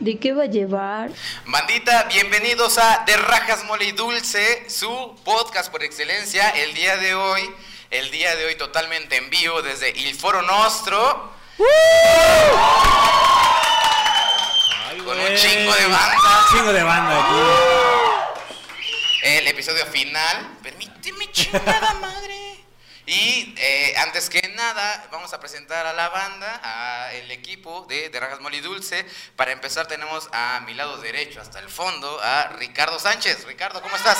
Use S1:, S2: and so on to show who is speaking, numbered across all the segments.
S1: ¿De qué va a llevar?
S2: Bandita, bienvenidos a De Rajas Mole y Dulce, su podcast por excelencia. El día de hoy, el día de hoy totalmente en vivo desde Il Foro Nostro. Con un chingo de banda.
S3: Eh,
S2: Uh.
S3: Un chingo de banda aquí.
S2: El episodio final. Permíteme, chingada madre. Y eh, antes que nada, vamos a presentar a la banda, a el equipo de, de Rajas Moli Dulce. Para empezar, tenemos a mi lado derecho, hasta el fondo, a Ricardo Sánchez. Ricardo, ¿cómo estás?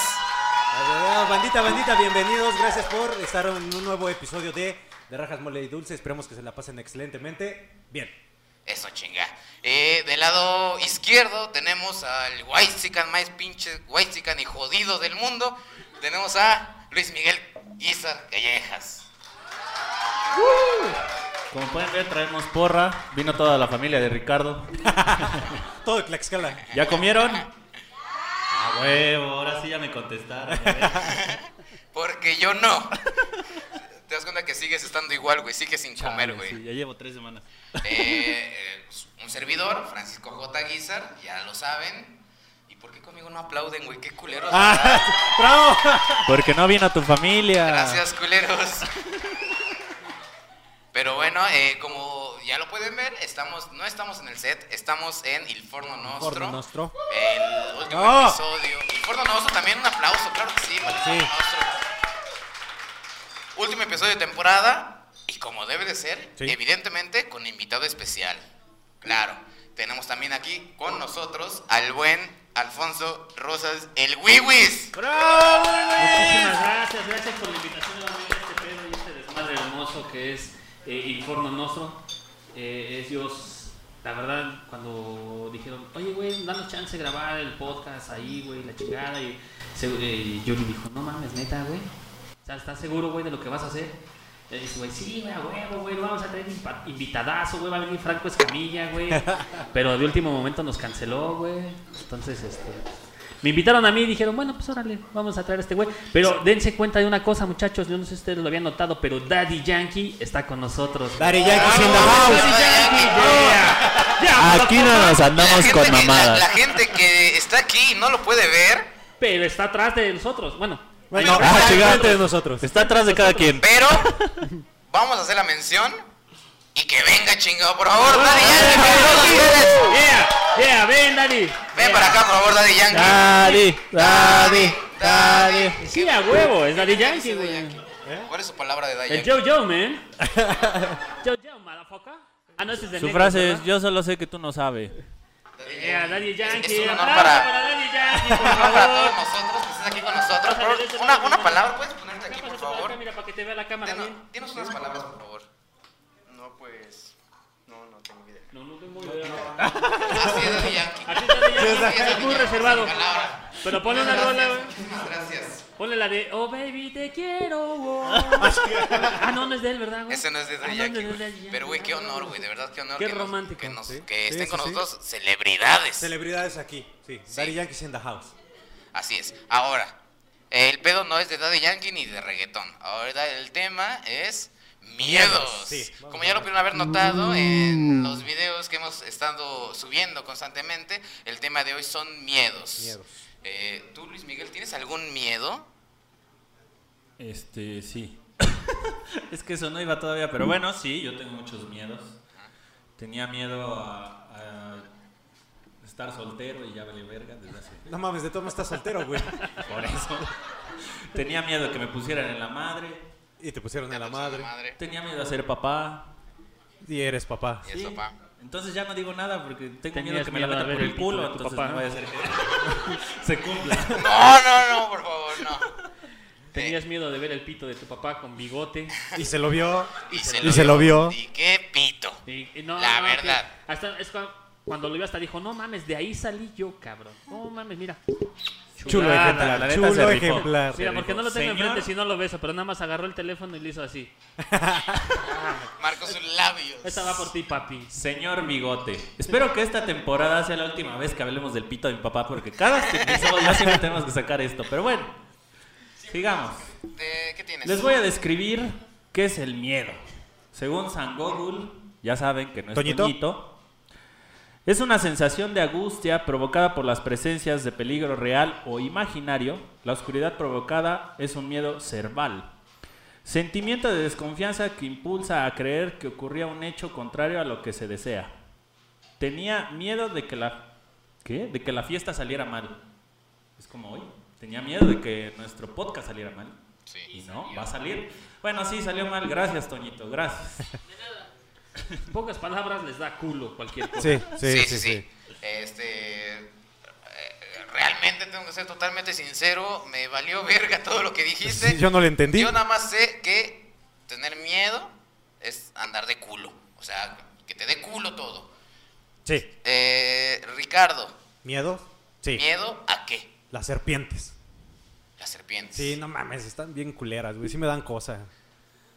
S3: Ah, Bandita, bandita, bienvenidos. Gracias por estar en un nuevo episodio de, de Rajas Mole y Dulce. Esperemos que se la pasen excelentemente. Bien.
S2: Eso, chinga. Eh, del lado izquierdo tenemos al Guayzican más pinche Guayzican y jodido del mundo. Tenemos a Luis Miguel Guizar Callejas.
S4: Como pueden ver, traemos porra. Vino toda la familia de Ricardo.
S3: Todo Tlaxcala.
S4: ¿Ya comieron? Ah, huevo, ahora sí ya me contestaron.
S2: Porque yo no. Te das cuenta que sigues estando igual, güey. Sigues sin comer, güey.
S4: Sí, ya llevo tres semanas.
S2: Eh, un servidor, Francisco J. Guizar, ya lo saben. ¿Y por qué conmigo no aplauden, güey? Qué culeros. ¿verdad?
S3: Ah, ¡Bravo!
S4: Porque no vino tu familia.
S2: Gracias, culeros. Pero bueno, eh, como ya lo pueden ver, estamos, no estamos en el set, estamos en Il Forno Nostro.
S3: Forno Nostro.
S2: El último
S3: No.
S2: episodio. Il Forno Nostro también un aplauso, claro que sí, para el
S3: Sí.
S2: Forno Nostro. Último episodio de temporada y como debe de ser,
S3: Sí.
S2: evidentemente con invitado especial. Claro, tenemos también aquí con nosotros al buen Alfonso Rosas, el Wiwis.
S3: ¡Bravo!
S5: Muchísimas gracias, gracias por la invitación a este pedo y este desmadre hermoso que es eh, Informe Nostro. Eh, es Dios, la verdad, cuando dijeron, oye, güey, danos chance de grabar el podcast ahí, güey, la chingada. Y se, eh, Yuri dijo, no mames, neta, güey. O sea, ¿estás seguro, güey, de lo que vas a hacer? Le dije, güey, sí, güey, a huevo, güey, lo vamos a tener impa- invitadazo, güey, va a venir Franco Escamilla, güey. Pero de último momento nos canceló, güey. Entonces, este. Me invitaron a mí y dijeron, bueno, pues órale, vamos a traer a este güey. Pero dense cuenta de una cosa, muchachos, yo no sé si ustedes lo habían notado, pero Daddy Yankee está con nosotros.
S3: Daddy Yankees in the
S2: Bravo.
S3: house.
S5: Daddy Yankee, yeah. Yeah,
S4: Aquí no nos andamos
S2: La
S4: con
S2: gente que- la- La,
S4: mamadas.
S2: gente que está aquí y no lo puede ver,
S5: Pero está atrás de nosotros, bueno.
S3: Bueno,
S4: Ah,
S3: está
S4: chingada.
S3: enfrente de nosotros.
S4: Está atrás de cada quien.
S2: pero vamos a hacer la mención y que venga chingado, por favor, Daddy
S5: Ah.
S2: Yankee, para todos ustedes.
S5: Yeah, yeah, ven, Daddy.
S2: Ven para acá, por favor, Daddy Yankee.
S5: Ah.
S4: Daddy, daddy, daddy.
S5: Sí, a huevo, es Daddy Yankee,
S2: Sí, Daddy
S5: güey.
S2: Yankee. ¿Cuál es su palabra de Daddy
S5: El
S2: Yankee?
S5: Joe Joe, man. Joe Joe, motherfucker. Ah, no, ese es de
S4: Su
S5: negros,
S4: frase es,
S5: ¿verdad?
S4: yo solo sé que tú no sabes.
S5: Yeah, Eh, Daddy Yankee.
S2: Es un honor
S5: aplauso
S2: para-
S5: Daddy Yankee, por
S2: Un honor para todos
S5: favor.
S2: nosotros que estés aquí con nosotros. Por- Una, una palabra, ¿puedes ponerte aquí, por favor?
S5: Mira, para que te vea la cámara
S2: Dinos,
S5: bien.
S2: dinos unas palabras, por favor. No, pues... No, no tengo idea.
S5: No, no tengo idea.
S2: Así es Daddy Yankee.
S5: Así está Daddy
S2: Así es
S5: Yankee,
S2: Daddy
S5: es muy
S2: Yankee,
S5: reservado.
S2: sin palabra.
S5: Pero ponle una rola, güey.
S2: Muchísimas gracias.
S5: Ponle la de Oh baby, te quiero. oh. ah, no, no es de él, ¿verdad, güey?
S2: Ese no es de
S5: Ah,
S2: Daddy
S5: no,
S2: Yankee,
S5: no es de
S2: güey.
S5: Daddy Yankee.
S2: Pero, güey, qué honor, güey. De verdad, qué honor.
S5: Qué
S2: que nos-
S5: romántico.
S2: Que, nos-
S3: ¿eh? Sí.
S2: que estén
S3: Sí,
S2: con
S3: sí, sí.
S2: nosotros celebridades.
S3: Celebridades aquí. Sí. Daddy Yankees in the house.
S2: Así es. Ahora, el pedo no es de Daddy Yankee ni de reggaetón. Ahora el tema es miedos.
S3: Sí.
S2: Como ya lo pudieron haber
S3: Mm.
S2: notado en los videos que hemos estado subiendo constantemente, el tema de hoy son miedos.
S3: Miedos.
S2: Eh, ¿Tú, Luis Miguel, tienes algún miedo?
S4: Este, sí. es que eso no iba todavía, pero bueno, sí, yo tengo muchos miedos.
S5: Ah.
S4: Tenía miedo a, a estar soltero y ya vale verga desde hace.
S3: No mames, de todo estás soltero, güey.
S4: Por eso. Tenía miedo que me pusieran en la madre.
S3: Y te pusieron a la madre.
S4: Tenía miedo a ser papá.
S3: Y eres papá.
S2: Y es papá.
S4: Entonces ya no digo nada porque tengo
S5: Tenías
S4: miedo que me la
S5: miedo a
S4: metan
S5: ver
S4: por
S5: el
S4: el
S5: pito
S4: culo,
S5: de tu
S4: entonces
S5: papá,
S4: no
S5: ¿no?
S4: vaya a ser que se cumpla.
S2: No, no, no, por favor, no.
S5: Tenías miedo de ver el pito de tu papá con bigote.
S3: Y se lo vio.
S2: Y
S3: Y se lo vio.
S2: Y qué pito.
S5: Y- y no,
S2: La
S5: no,
S2: verdad.
S5: que- hasta, es cuando, cuando lo vio hasta dijo, no mames, de ahí salí yo, cabrón. No mames, mira.
S3: Chulo
S4: Chulada,
S3: ejemplar.
S4: la neta se
S3: Chulo
S4: rifó.
S3: ejemplar.
S5: Mira,
S4: Se
S5: porque
S4: dijo,
S5: no lo tengo
S4: "Señor".
S5: enfrente si no lo beso, pero nada más agarró el teléfono y le hizo así.
S2: Marco sus labios.
S5: Esta va por ti, papi.
S4: Señor Bigote, espero que esta temporada sea la última vez que hablemos del pito de mi papá, porque cada episodio ya siempre tenemos que sacar esto. Pero bueno, sigamos.
S2: Eh, ¿Qué tienes?
S4: Les voy a describir qué es el miedo. Según San Gogol, ya saben que no es
S3: ¿Toñito?
S4: Toñito, Es una sensación de angustia provocada por las presencias de peligro real o imaginario. La oscuridad provocada es un miedo cerval. Sentimiento de desconfianza que impulsa a creer que ocurría un hecho contrario a lo que se desea. Tenía miedo de que la ¿qué? de que la fiesta saliera mal. Es como hoy. Tenía miedo de que nuestro podcast saliera mal.
S2: Sí.
S4: Y no, va a salir. Bueno, sí, salió mal. Gracias, Toñito. Gracias.
S5: En pocas palabras, les da culo cualquier cosa.
S3: Sí,
S2: Sí, sí, sí. Este. eh, Realmente tengo que ser totalmente sincero, me valió verga todo lo que dijiste.
S3: Sí, Yo no le entendí.
S2: Yo nada más sé que tener miedo es andar de culo. O sea, que te dé culo todo.
S3: Sí.
S2: Eh, Ricardo,
S3: ¿Miedo? Sí.
S2: ¿miedo a qué?
S3: Las serpientes.
S2: Las serpientes.
S3: Sí, no mames, están bien culeras, güey. Sí me dan cosa.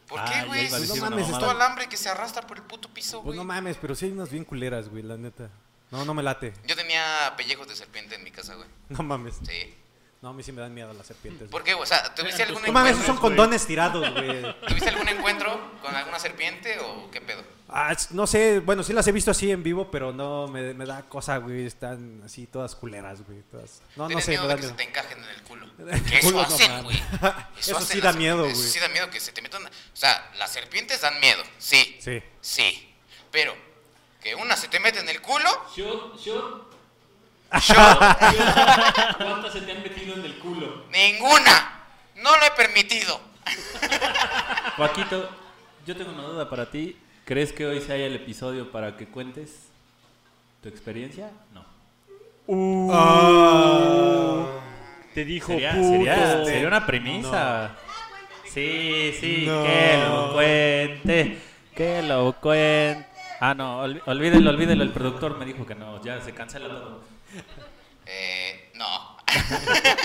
S2: ¿Por
S4: Ah,
S2: qué,
S4: ya
S2: güey?
S4: iba a
S2: Si
S4: decir
S2: no
S4: una
S2: mames, es
S4: mamada.
S2: todo alambre que se arrastra por el puto piso,
S3: Pues
S2: güey.
S3: no mames, pero sí hay unas bien culeras, güey, la neta. No, no me late.
S2: Yo tenía pellejos de serpiente en mi casa, güey.
S3: No mames.
S2: Sí.
S3: No, a mí sí me dan miedo las serpientes.
S2: ¿Por
S3: güey.
S2: qué? güey? O sea, ¿tuviste
S5: Eran
S2: algún
S5: tus-
S3: No mames, esos
S2: encuentro?
S3: son condones tirados, güey.
S2: ¿Tuviste algún encuentro con alguna serpiente o qué pedo?
S3: Ah, es- no sé, bueno, sí las he visto así en vivo, pero no, me, me da cosa, güey. Están así todas culeras, güey. todas- No, no
S2: Tienes
S3: sé,
S2: miedo
S3: me
S2: de
S3: da
S2: que se
S3: miedo.
S2: te encajen en el culo.
S3: el
S2: Que eso
S3: culo, no
S2: hacen,
S3: mames.
S2: güey.
S3: Eso sí
S2: hacen
S3: da
S2: las-
S3: miedo,
S2: Eso
S3: güey.
S2: sí da miedo que se te metan. O sea, las serpientes dan miedo, sí.
S3: Sí.
S2: Sí. Pero que una se te mete en el culo,
S5: Shot, shot,
S2: yo
S5: shot. ¿Cuántas se te han metido en el culo?
S2: ninguna. No lo he permitido.
S4: Joaquito, yo tengo una duda para ti. ¿Crees que hoy se haya el episodio para que cuentes tu experiencia? No.
S1: Uh.
S3: Ah.
S1: Te dijo
S4: Sería,
S1: puto.
S4: sería, este. sería una premisa. Sí, sí,
S3: No.
S4: que lo cuente. Que lo cuente. Ah, no, ol- olvídelo, olvídelo. El productor me dijo que no, ya se cancela todo.
S2: Eh, no.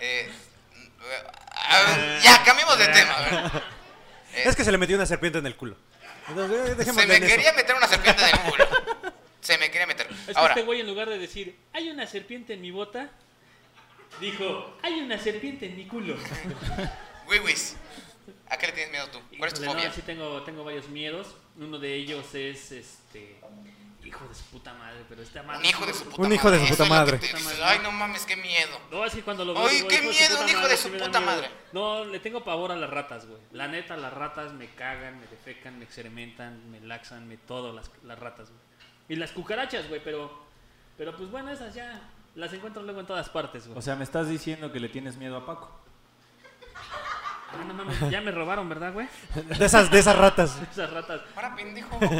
S2: Eh, ah, ya, cambiemos de tema. a ver.
S3: Es que se le metió una serpiente en el culo. Entonces, eh, dejémosle
S2: Se me
S3: en eso.
S2: quería meter una serpiente en el culo. Se me quería meter.
S5: Es que
S2: Ahora,
S5: este güey, en lugar de decir, hay una serpiente en mi bota, dijo, hay una serpiente en mi culo.
S2: Wiwis, ¿a qué le tienes miedo tú? ¿Cuál es tu
S5: Híjole, no,
S2: fobia?
S5: sí tengo, tengo varios miedos. Uno de ellos es este. Hijo de su puta madre, pero esta madre.
S2: Un hijo de su puta
S3: Un
S2: madre.
S3: hijo de su
S2: eso
S3: puta
S2: es lo que
S3: madre.
S2: te dices, Ay, no mames, qué miedo.
S5: No, es que cuando lo veo.
S2: Ay,
S5: digo,
S2: qué
S5: "Hijo de su
S2: miedo,
S5: puta
S2: un hijo de
S5: madre,
S2: su
S5: sí me da
S2: puta
S5: miedo".
S2: madre.
S5: No, le tengo pavor a las ratas, güey. La neta, las ratas me cagan, me defecan, me excrementan, me laxan, me todo, las, las ratas, güey. Y las cucarachas, güey, pero. Pero pues bueno, esas ya. Las encuentro luego en todas partes, güey.
S4: O sea, me estás diciendo que le tienes miedo a Paco.
S5: Ah, no mames, ya me robaron, ¿verdad, güey?
S3: De esas, de esas ratas.
S5: Esas ratas.
S2: Ahora, pendejo. No.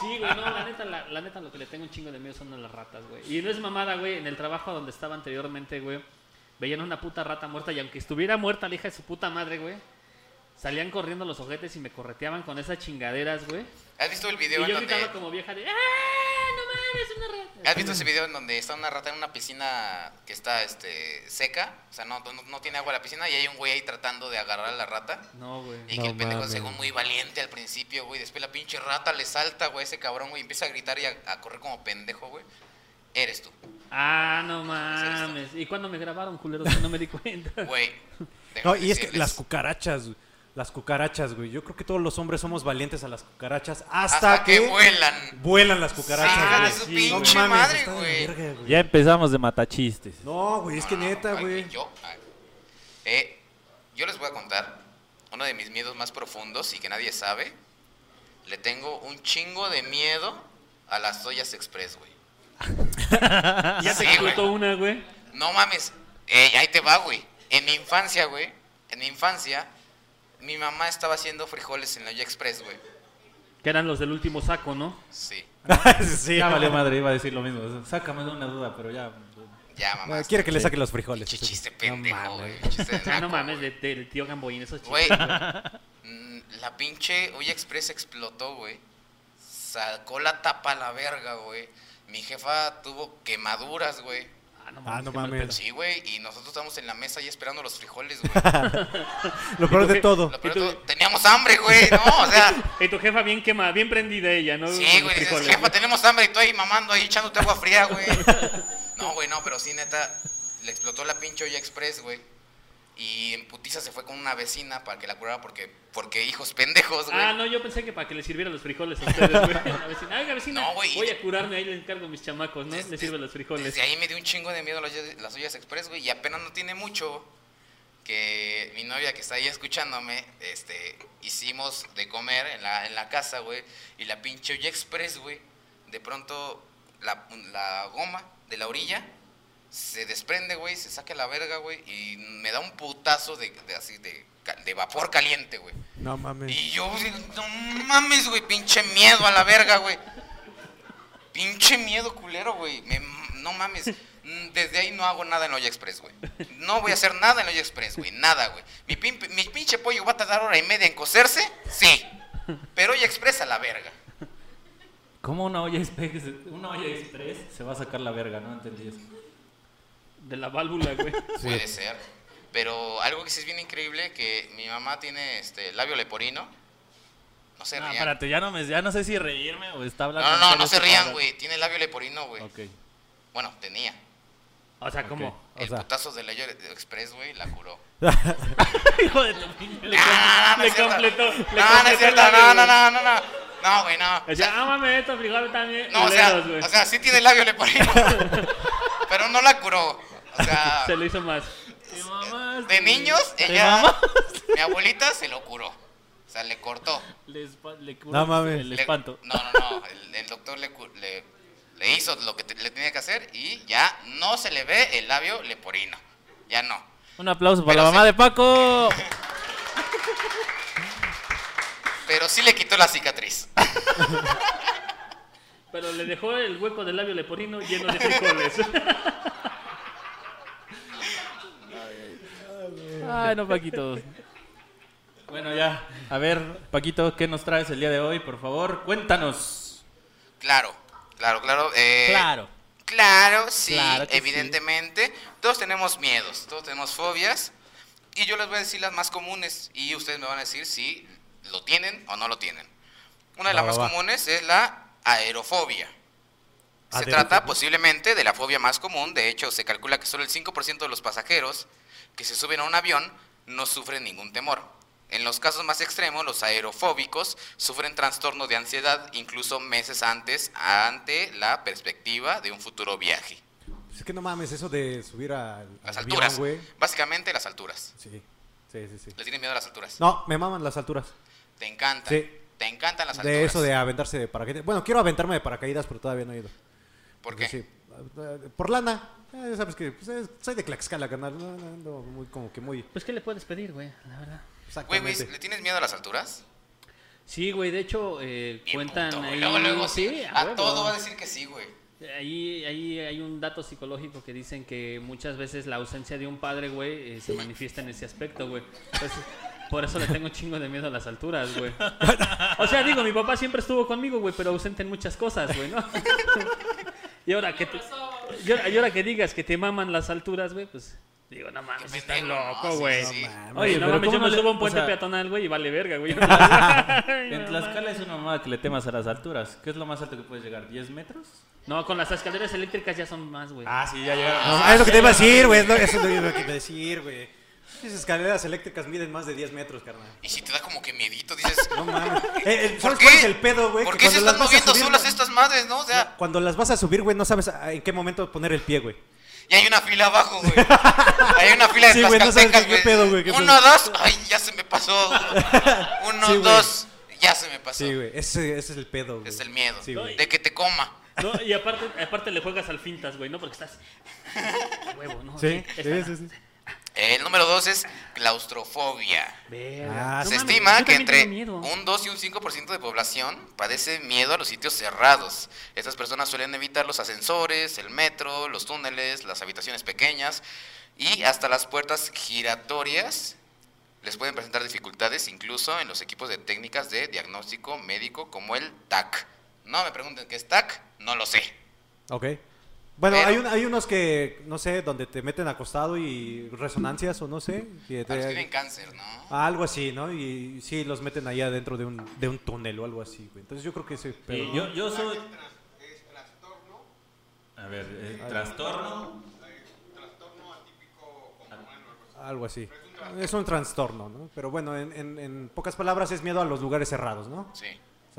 S5: Sí, güey, no, la neta, la, la neta, lo que le tengo un chingo de miedo son a las ratas, güey. Y no es mamada, güey, en el trabajo donde estaba anteriormente, güey, veían una puta rata muerta y aunque estuviera muerta la hija de su puta madre, güey, salían corriendo los ojetes y me correteaban con esas chingaderas, güey.
S2: ¿Has visto el
S5: Y
S2: video en
S5: yo
S2: donde...
S5: gritaba como vieja de, ¡ah, no mames, una rata!
S2: ¿Has visto ese video en donde está una rata en una piscina que está este, seca? O sea, no, no, no tiene agua la piscina y hay un güey ahí tratando de agarrar a la rata.
S5: No, güey.
S2: Y
S3: No
S2: que el pendejo,
S3: mames.
S2: según muy valiente al principio, güey, después la pinche rata le salta, güey, ese cabrón, güey, empieza a gritar y a, a correr como pendejo, güey. Eres tú,
S5: Ah, no mames. ¿Y cuando me grabaron, culeros? Que no me di cuenta.
S2: güey.
S3: No,
S2: Déjame
S3: y es que
S2: decirles.
S3: las cucarachas, güey, las cucarachas, güey. Yo creo que todos los hombres somos valientes a las cucarachas hasta,
S2: hasta, que, vuelan.
S3: vuelan las
S2: Sí,
S3: cucarachas.
S2: de su
S3: güey.
S2: pinche madre,
S3: está de
S2: güey.
S3: verga, güey.
S4: Ya empezamos de matachistes.
S3: No, güey, es que
S2: No, no,
S3: neta,
S2: ay,
S3: güey.
S2: Yo, ay. Eh, yo les voy a contar uno de mis miedos más profundos y que nadie sabe. Le tengo un chingo de miedo a las ollas express, güey.
S5: Ya te
S2: Sí, güey.
S5: explotó una, güey.
S2: No mames, eh, ahí te va, güey. En mi infancia, güey, en mi infancia, mi mamá estaba haciendo frijoles en la olla express, güey.
S5: Que eran los del último saco, ¿no?
S2: Sí,
S3: sí,
S4: Ya valió madre, iba a decir lo mismo. Sácame de una duda, pero ya.
S2: ya, mamá.
S3: Ah, Quiere que le saque los
S2: Qué
S3: frijoles.
S2: chiste
S3: No
S2: pendejo,
S3: mames.
S2: güey. chiste de
S5: Ah,
S2: naco,
S5: no mames,
S2: güey.
S5: de- del tío Gamboín, esos chistes.
S2: Güey, mm, la pinche olla express explotó, güey. Sacó la tapa a la verga, güey. Mi jefa tuvo quemaduras, güey.
S5: Ah, no
S3: Ah, no
S5: qué mal
S3: mames.
S2: Sí, güey, y nosotros estamos en la mesa ahí esperando los frijoles, güey.
S3: Lo peor de todo.
S2: Lo peor
S5: ¿Y
S2: de
S5: tú?
S2: todo, teníamos hambre, güey, no, o sea,
S5: Y tu jefa bien quemada, bien prendida ella, ¿no?
S2: Sí,
S5: Con
S2: güey,
S5: los
S2: dices,
S5: frijoles.
S2: jefa, tenemos hambre y tú ahí mamando, ahí echándote agua fría, güey. No, güey, no, pero sí, neta, le explotó la pinche olla express, güey. y en putiza se fue con una vecina para que la curara porque, porque hijos pendejos, güey.
S5: Ah, no, yo pensé que para que le sirvieran los frijoles a ustedes, güey. La vecina, "Oiga, vecina,
S2: No, güey.
S5: voy a curarme, ahí le encargo a mis chamacos, ¿no?
S2: Desde-
S5: Le sirven los frijoles.
S2: Desde ahí me dio un chingo de miedo las, ollas- las ollas express, güey, y apenas no tiene mucho que mi novia que está ahí escuchándome, este, hicimos de comer en la, en la casa, güey, y la pinche olla express, güey, de pronto la, la goma de la orilla se desprende, güey, se saca la verga, güey, y me da un putazo de, de así, de, ca- de vapor caliente, güey.
S6: No mames.
S2: Y yo, güey, no mames, güey, pinche miedo a la verga, güey. Pinche miedo culero, güey. Me- No mames. Mm, Desde ahí no hago nada en Olla Express, güey. No voy a hacer nada en Olla Express, güey. Nada, güey. Mi, pin- mi pinche pollo va a tardar hora y media en cocerse, sí. Pero Olla Express a la verga.
S4: ¿Cómo una olla express, una olla express se va a sacar la verga? No entendí eso.
S5: De la válvula, güey.
S2: Puede ser. Pero algo que sí es bien increíble, que mi mamá tiene este labio leporino. No se
S4: No,
S2: rían.
S4: espérate, ya no, me, ya no sé si reírme o está
S2: no,
S4: hablando.
S2: no,
S4: en
S2: no, no
S4: serio
S2: se
S4: esta
S2: rían,
S4: palabra.
S2: güey. Tiene labio leporino, güey.
S4: Ok.
S2: Bueno, tenía.
S5: O sea, ¿cómo?
S2: El
S6: sea-
S2: putazo de la Olla Express, güey, la curó.
S5: Hijo de tu pinche. Le,
S2: Ah,
S5: com-
S2: no
S5: le
S2: es cierto.
S5: completó. le
S2: No, no
S5: completó
S2: es
S5: el
S2: cierto,
S5: labio,
S2: no,
S5: güey.
S2: no, no, no, no. No, güey, no. O
S5: O
S2: sea,
S5: sea, ah, mami, estos frijoles también.
S2: no, o sea,
S5: culeros, güey.
S2: o sea, sí tiene labio leporino. pero no la curó. O sea,
S5: se lo hizo más.
S2: de niños, ella, mi abuelita se lo curó. O sea, le cortó.
S4: Le, espa- le curo
S6: No mames.
S4: El
S2: Le-
S4: espanto.
S2: No, no, no. El, el doctor le, cu- le, le hizo lo que te- le tenía que hacer y ya no se le ve el labio leporino. Ya no.
S4: Un aplauso para
S2: Pero
S4: la mamá
S2: sí.
S4: de Paco.
S2: Pero sí le quitó la cicatriz.
S5: Pero le dejó el hueco del labio leporino lleno de frijoles.
S4: Ay, no, Paquito. Bueno, ya. A ver, Paquito, ¿qué nos traes el día de hoy? Por favor, cuéntanos.
S2: Claro, claro, claro. eh,
S4: Claro.
S2: Claro, sí,
S4: Claro que sí.
S2: evidentemente. Todos tenemos miedos, todos tenemos fobias. Y yo les voy a decir las más comunes y ustedes me van a decir si lo tienen o no lo tienen. Una de
S6: Va,
S2: las más
S6: va, va.
S2: comunes es la aerofobia. Se
S6: Aerofobia.
S2: trata posiblemente de la fobia más común. De hecho, se calcula que solo el 5% de los pasajeros que se suben a un avión no sufren ningún temor. En los casos más extremos, los aerofóbicos sufren trastorno de ansiedad incluso meses antes ante la perspectiva de un futuro viaje.
S6: Es que no mames, eso de subir a, al
S2: Las
S6: avión,
S2: alturas.
S6: güey.
S2: Básicamente las alturas.
S6: Sí, sí, sí, sí.
S2: ¿Le tienen miedo a las alturas?
S6: No, me maman las alturas.
S2: Te encantan.
S6: Sí.
S2: Te encantan las alturas.
S6: De eso de aventarse de paracaídas. Bueno, quiero aventarme de paracaídas, pero todavía no he ido.
S2: ¿Por qué?
S6: Porque por lana. Eh, ya sabes que pues, es- soy de Tlaxcala, canal. No, no, ando muy, como que muy.
S5: pues, ¿qué le puedes pedir, güey? La verdad.
S2: Güey, güey,
S6: Exactamente.
S2: ¿le tienes miedo a las alturas?
S5: Sí, güey, de hecho, eh,
S2: Bien
S5: cuentan
S2: puto, güey.
S5: ahí.
S2: Luego, luego, sí.
S5: sí,
S2: a
S5: huevo.
S2: todo va a decir que sí, güey.
S5: Ahí, ahí hay un dato psicológico que dicen que muchas veces la ausencia de un padre, güey, eh, se manifiesta en ese aspecto, güey. Entonces, por eso le tengo un chingo de miedo a las alturas, güey. O sea, digo, mi papá siempre estuvo conmigo, güey, pero ausente en muchas cosas, güey, ¿no? Y ahora que, te- y ahora, y ahora que digas que te maman las alturas, güey, pues digo, no mames,
S2: Qué
S5: estás
S2: pendejo, ¿no?
S5: loco,
S2: Sí,
S5: güey.
S2: sí.
S4: Oye,
S5: Oye, no
S4: pero
S5: mames,
S4: ¿cómo
S5: yo
S4: no
S5: me
S4: le-
S5: subo a
S4: o
S5: un puente
S4: sea-
S5: peatonal, güey, y vale verga, güey.
S4: En Tlaxcala es una mamada que le temas a las alturas. ¿Qué es lo más alto que puedes llegar? ¿10 metros?
S5: No, con las escaleras eléctricas ya son más, güey.
S4: Ah, sí, ya llegaron.
S6: No, ah, es lo que te iba a decir, güey. es lo- Eso es lo que te iba a decir, güey. Esas escaleras eléctricas miden más de 10 metros, carnal.
S2: Y si te da como que miedito, dices...
S6: No mames. Eh, eh,
S2: ¿Por
S6: ¿Sabes
S2: qué?
S6: cuál es el pedo, güey?
S2: ¿Por qué
S6: Que
S2: se
S6: cuando las
S2: están
S6: vas a
S2: moviendo
S6: subir,
S2: solas
S6: güey,
S2: estas madres, no? O sea,
S6: Cuando las vas a subir, güey, no sabes a- en qué momento poner el pie, güey.
S2: y hay una fila abajo, güey. Hay una fila de
S6: Sí, güey, no sabes
S2: tlaxcaltecas,
S6: qué- qué pedo, güey, qué
S2: Uno,
S6: pedo.
S2: dos, ay, ya se me pasó. Uno,
S6: Sí, güey.
S2: dos, ya se me pasó.
S6: Sí, güey. Ese, ese es el pedo, güey.
S2: es el miedo
S6: Sí, güey.
S2: de que te coma.
S5: No, y aparte, aparte le juegas al fintas, güey, ¿no? Porque estás. a Huevo, ¿no?
S6: Sí,
S5: Esta-
S6: sí, sí. sí.
S2: El número dos es claustrofobia.
S5: Verga.
S6: Ah,
S5: No
S2: Se
S5: mames,
S2: estima
S5: yo
S2: que
S5: también
S2: entre
S5: tengo miedo.
S2: un 2 y un 5% de población padece miedo a los sitios cerrados. Estas personas suelen evitar los ascensores, el metro, los túneles, las habitaciones pequeñas y hasta las puertas giratorias. Les pueden presentar dificultades incluso en los equipos de técnicas de diagnóstico médico como el TAC. No me pregunten qué es TAC, no lo sé.
S6: Ok. Bueno,
S2: Pero-
S6: hay, un- hay unos que, no sé, donde te meten acostado y resonancias o no sé. que
S2: A
S6: te-
S2: los que tienen cáncer, ¿no?
S6: algo así, ¿no? Y sí, los meten ahí adentro de un, de un túnel o algo así, güey. Entonces yo creo que ese pedo.
S4: Eh, yo, yo soy. A ver, eh, trastorno.
S6: algo así. Es un trastorno, ¿no? Pero bueno, en, en- en pocas palabras es miedo a los lugares cerrados, ¿no?
S2: Sí.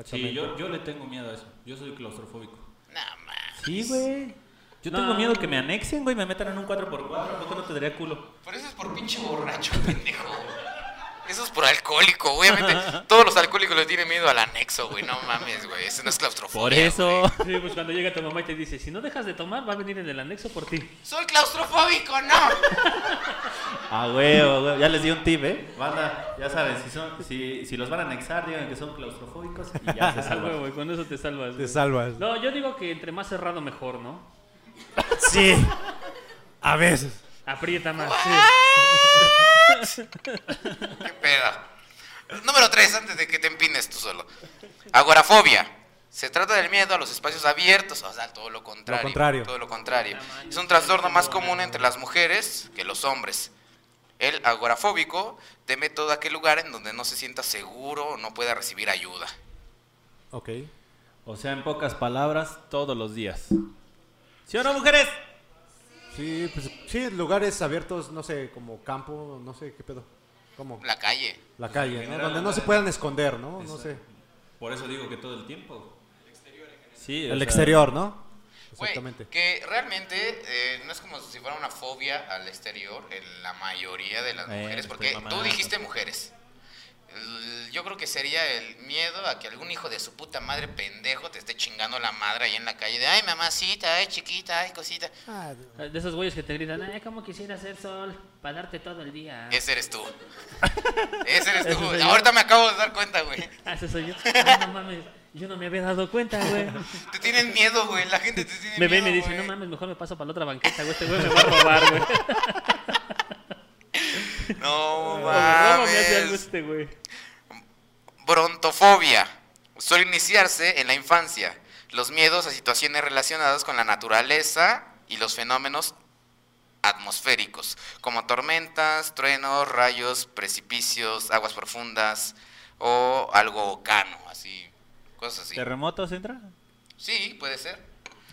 S4: Sí, yo, yo le tengo miedo a eso. Yo soy claustrofóbico.
S2: Nada más.
S4: Sí, güey. Yo
S5: No.
S4: tengo miedo que me anexen, güey, me metan en un 4x4. ¿A poco no te daría culo?
S2: Pero eso es por pinche borracho, pendejo. Eso es por alcohólico, obviamente. Todos los alcohólicos le tienen miedo al anexo, güey. No mames, güey. Eso no es claustrofobia.
S4: Por eso.
S2: güey.
S5: Sí, pues cuando llega tu mamá y te dice, si no dejas de tomar, va a venir en el anexo por ti.
S2: Soy claustrofóbico, no.
S4: Ah, güey, Ya les di un tip, ¿eh? Banda, ya saben, si, son, si, si los van a anexar, digan que son claustrofóbicos y ya se
S5: Ah,
S4: salvan.
S5: huevo, y con eso te salvas.
S6: Te
S5: güey.
S6: salvas.
S5: No, yo digo que entre más cerrado mejor, ¿no?
S6: Sí. A veces.
S5: Aprieta más. sí.
S2: ¿Qué pedo? Número 3, antes de que te empines tú solo. Agorafobia. Se trata del miedo a los espacios abiertos, o sea, todo lo contrario.
S6: contrario.
S2: Todo lo contrario. Es un trastorno más común entre las mujeres que los hombres. El agorafóbico teme todo aquel lugar en donde no se sienta seguro o no pueda recibir ayuda.
S6: Ok.
S4: O sea, en pocas palabras, todos los días. ¿Sí o no, mujeres?
S6: Sí, pues sí, lugares abiertos, no sé, como campo, no sé qué pedo. ¿Cómo?
S2: La calle.
S6: La calle, ¿no?
S4: general,
S6: Donde no
S4: lugares
S6: se puedan esconder, ¿no? No
S4: Exacto.
S6: sé.
S4: Por eso digo que todo el tiempo. Sí, o
S6: El
S4: sea,
S6: exterior, ¿no?
S2: Güey,
S6: Exactamente.
S2: que realmente eh, no es como si fuera una fobia al exterior en la mayoría de las
S4: Eh,
S2: mujeres,
S5: pues,
S4: estoy
S2: porque tú
S4: mamando.
S2: dijiste mujeres. El- yo creo que sería el miedo a que algún hijo de su puta madre pendejo te esté chingando la madre ahí en la calle de, ay mamacita, ay chiquita, ay cosita.
S5: De esos güeyes que te gritan, ay, ¿cómo quisiera ser sol? Para darte todo el día.
S2: Ese eres tú. Ese eres tú.
S5: Ah. Ese soy yo.
S2: Ahorita me acabo de dar cuenta, güey.
S5: Ah, ese soy yo. Ay, no mames, yo no me había dado cuenta, güey.
S2: Te tienen miedo, güey. La gente te tiene
S5: Me ve y
S2: miedo.
S5: me dice,
S2: güey.
S5: no mames, mejor me paso para la otra banqueta, güey. Este güey me va a robar, güey.
S2: No
S5: O me roba o me hace algo
S2: mames.
S5: este güey.
S2: Brontofobia. Suele iniciarse en la infancia. Los miedos a situaciones relacionadas con la naturaleza y los fenómenos atmosféricos, como tormentas, truenos, rayos, precipicios, aguas profundas o algo cano, así, cosas así.
S4: ¿Terremotos entra?
S2: Sí, puede ser.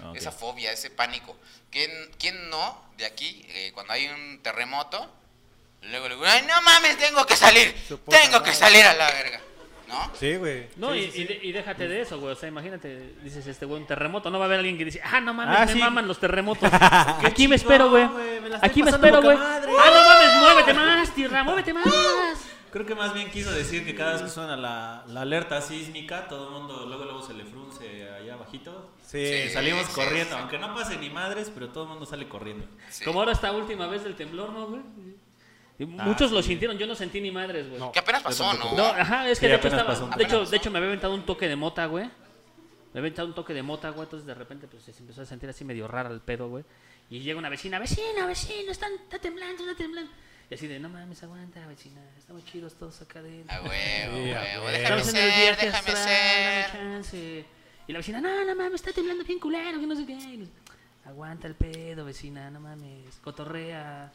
S4: Ok.
S2: Esa fobia, ese pánico. ¿Quién, quién no de aquí, eh, cuando hay un terremoto, luego le digo, "Ay, no mames, tengo que salir,
S6: Su puta
S2: tengo que
S6: madre".
S2: salir a la verga, ¿no?
S6: Sí, güey.
S5: No,
S6: Sí,
S5: y,
S6: sí, sí.
S5: y de- y déjate de eso, güey. O sea, imagínate, dices este güey, un terremoto. No va a haber alguien que dice, ah, no mames,
S4: Ah,
S5: me
S4: sí.
S5: maman los terremotos. Aquí me espero, güey.
S4: güey, me la estoy
S5: Aquí me
S4: pasando
S5: espero,
S4: poca
S5: güey.
S4: madre.
S5: Ah, no mames, muévete más, tierra, muévete más.
S4: Creo que más bien quiso decir que cada vez que suena la, la alerta sísmica, todo el mundo luego luego se le frunce allá abajito.
S6: Sí.
S4: Y salimos
S2: sí,
S4: corriendo,
S2: sí.
S4: aunque no pase ni madres, pero todo el mundo sale corriendo.
S2: Sí.
S5: Como ahora esta última vez del temblor, ¿no, güey? Y
S4: Ah,
S5: Muchos lo
S4: sí.
S5: sintieron, yo no sentí ni madres, güey.
S2: Que apenas pasó, ¿no?
S5: No, ajá, es que
S4: Sí,
S5: de, hecho
S4: apenas
S5: estaba-
S4: pasó un
S5: de
S4: poco.
S5: hecho, de hecho me había aventado un toque de mota, güey. Me había aventado un toque de mota, güey. Entonces de repente pues, se empezó a sentir así medio rara el pedo, güey. Y llega una vecina, vecina, vecino, están, está temblando, está temblando. Y así de, no mames, aguanta, vecina. Estamos chidos todos acá adentro.
S2: A huevo,
S6: Sí, a
S2: huevo,
S6: huevo.
S2: déjame
S5: Estamos en el
S2: ser,
S5: viaje
S2: déjame
S5: astral,
S2: ser.
S5: dame chance. Y la vecina, no, no mames, está temblando bien culero, que no sé qué. Y nos- Aguanta el pedo, vecina, no mames. Cotorrea.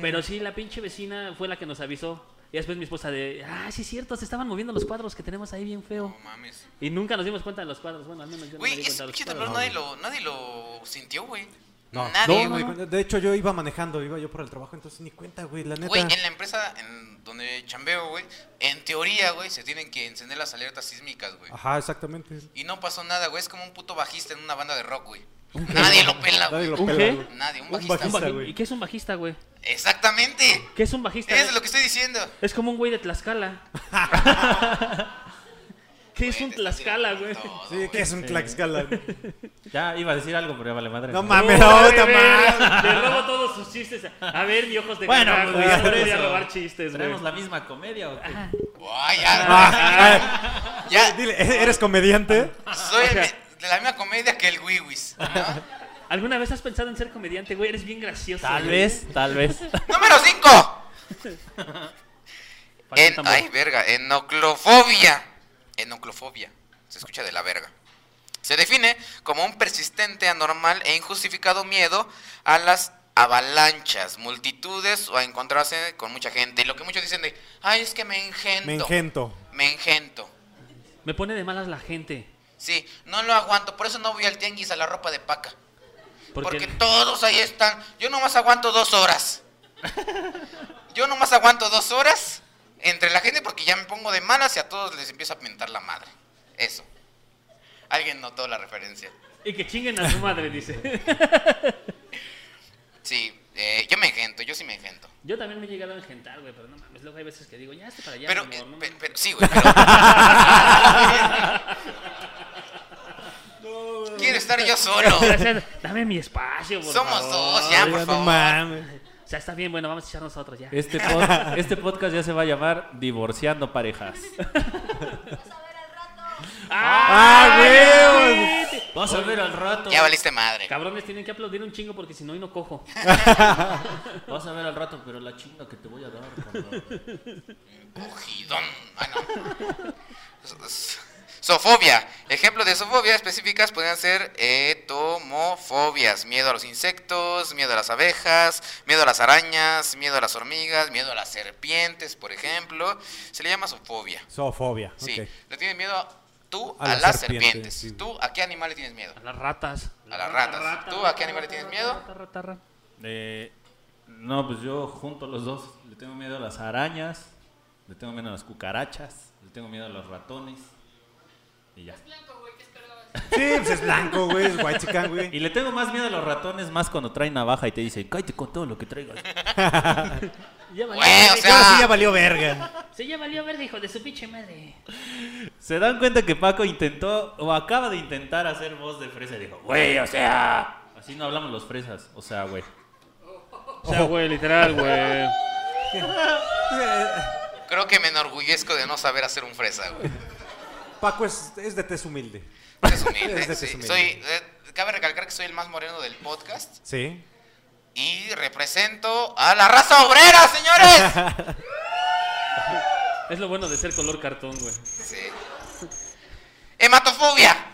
S5: Pero sí, la pinche vecina fue la que nos avisó. Y después mi esposa de, ah, sí es cierto, se estaban moviendo los cuadros que tenemos ahí bien feo.
S2: No mames.
S5: Y nunca nos dimos cuenta de los cuadros. Bueno, al menos yo no me
S2: Güey,
S5: di
S2: ese
S5: cuenta de los
S2: pinche
S5: cuadros.
S2: temblor nadie lo, nadie lo sintió, güey.
S6: No.
S2: Nadie,
S6: No,
S2: güey.
S6: güey, De hecho, yo iba manejando, iba yo por el trabajo, entonces ni cuenta, güey, la neta.
S2: Güey, en la empresa en donde chambeo, güey, en teoría, güey, se tienen que encender las alertas sísmicas, güey.
S6: Ajá, exactamente.
S2: Y no pasó nada, güey. Es como un puto bajista en una banda de rock, güey. Nadie lo pela,
S6: Nadie
S2: güey.
S6: lo
S5: ¿Un
S6: pela,
S5: qué?
S6: güey.
S2: Nadie, un
S6: Un
S2: bajista.
S5: ¿Un
S2: güey.
S5: baji-
S6: güey.
S5: ¿Y qué es un bajista, güey?
S2: Exactamente.
S5: ¿Qué es un bajista?
S2: Eso es lo que estoy diciendo.
S5: Es como un güey de Tlaxcala. ¿Qué es
S2: Güey,
S5: un
S2: te estás
S5: Tlaxcala,
S2: tirando
S5: güey?
S2: con todo,
S6: Sí, que es un Tlaxcala.
S4: Ya iba a decir algo, pero ya vale madre.
S6: No mames,
S5: Oh,
S6: no,
S5: a ver,
S6: madre.
S5: Le robo todos sus chistes. A ver, mi ojos de
S4: Bueno,
S5: caca,
S4: pues,
S5: güey.
S4: por
S5: No voy a
S4: eso.
S5: robar chistes, güey.
S4: ¿Tenemos la misma comedia o qué?
S2: Guay, ya.
S6: Ah,
S2: ya.
S6: Dile, ¿e- ¿eres comediante?
S2: Soy
S5: O sea-
S2: el- de la misma comedia que el Wiwis. ¿no?
S5: ¿Alguna vez has pensado en ser comediante, güey? Eres bien gracioso.
S4: Tal
S5: güey.
S4: vez, tal vez.
S2: Número 5.
S5: Falta un
S2: En,
S5: tambor.
S2: ay, verga, enoclofobia. Enoclofobia. Se escucha de la verga. Se define como un persistente, anormal e injustificado miedo a las avalanchas, multitudes o a encontrarse con mucha gente. Y lo que muchos dicen de, ay, es que me engento.
S6: Me engento.
S2: Me engento.
S5: Me pone de malas la gente.
S2: Sí, no lo aguanto. Por eso no voy al tianguis a la ropa de paca.
S5: Porque,
S2: Porque todos ahí están. Yo nomás aguanto dos horas. Yo nomás aguanto dos horas entre la gente porque ya me pongo de malas y a todos les empiezo a mentar la madre. Eso. Alguien notó la referencia.
S5: Y que chinguen a su madre, dice.
S2: Sí, eh, yo me engento, yo sí me engento.
S5: Yo también me he llegado a engentar, güey, pero no mames. Luego hay veces que digo, ya, este para allá,
S2: Pero,
S5: mi
S2: eh,
S5: amor, no
S2: pe-
S5: mames".
S2: pero- sí, güey,
S5: Ah,
S2: pero... Quiero estar yo solo.
S5: Gracias, Dame mi espacio, por
S2: Somos
S5: favor.
S2: dos, ya, por favor.
S5: O sea, está bien, bueno, vamos a echar nosotros ya.
S4: Este, pod- este podcast ya se va a llamar Divorciando Parejas.
S7: Vamos a ver al rato.
S5: ¡Ah,
S4: huevos!
S5: sí, sí.
S4: Vamos a ver al rato.
S2: Ya valiste madre.
S5: Cabrones, tienen que aplaudir un chingo porque si no, hoy no cojo.
S4: Vas a ver al rato, pero la chinga que te voy a dar. cabrón.
S2: Cogidón. Ah, no. So- so- Sofobia. Ejemplo de sofobia específicas podrían ser eh, tomofobias. Miedo a los insectos, miedo a las abejas, miedo a las arañas, miedo a las hormigas, miedo a las serpientes, por ejemplo. Se le llama sofobia.
S6: Zoofobia.
S2: Sí.
S6: ok.
S2: Le tienes miedo a- tú a,
S6: A
S2: las,
S6: las
S2: serpientes.
S6: serpientes, sí.
S2: ¿Tú a qué animal le tienes miedo?
S5: A las ratas.
S2: A las ratas. ¿Tú a qué animal le tienes miedo?
S5: Rata, rata, rata.
S4: Eh, no, pues yo junto los dos. Le tengo miedo a las arañas, le tengo miedo a las cucarachas, le tengo miedo a los ratones. Y ya.
S6: Sí, pues es blanco, güey, es guachican, güey.
S4: Y le tengo más miedo a los ratones más cuando traen navaja y te dicen, cállate con todo lo que traigas.
S5: Ya valió,
S2: Güey, o
S5: verga.
S6: Ahora sí ya
S2: sea,
S6: valió verga.
S5: Sí, ya valió verga, hijo de su pinche madre.
S4: Se dan cuenta que Paco intentó o acaba de intentar hacer voz de fresa y dijo, güey, o sea. Así no hablamos los fresas, o sea, güey.
S5: O sea, güey, literal, güey.
S2: creo que me enorgullezco de no saber hacer un fresa, güey.
S6: Paco es, es de tez humilde.
S2: Es humilde,
S6: Es de
S2: sí.
S6: tus humildes.
S2: Soy, eh, cabe recalcar que soy el más moreno del podcast
S6: Sí.
S2: y represento a la raza obrera, señores.
S5: Es lo bueno de ser color cartón, güey.
S2: Sí. Hematofobia.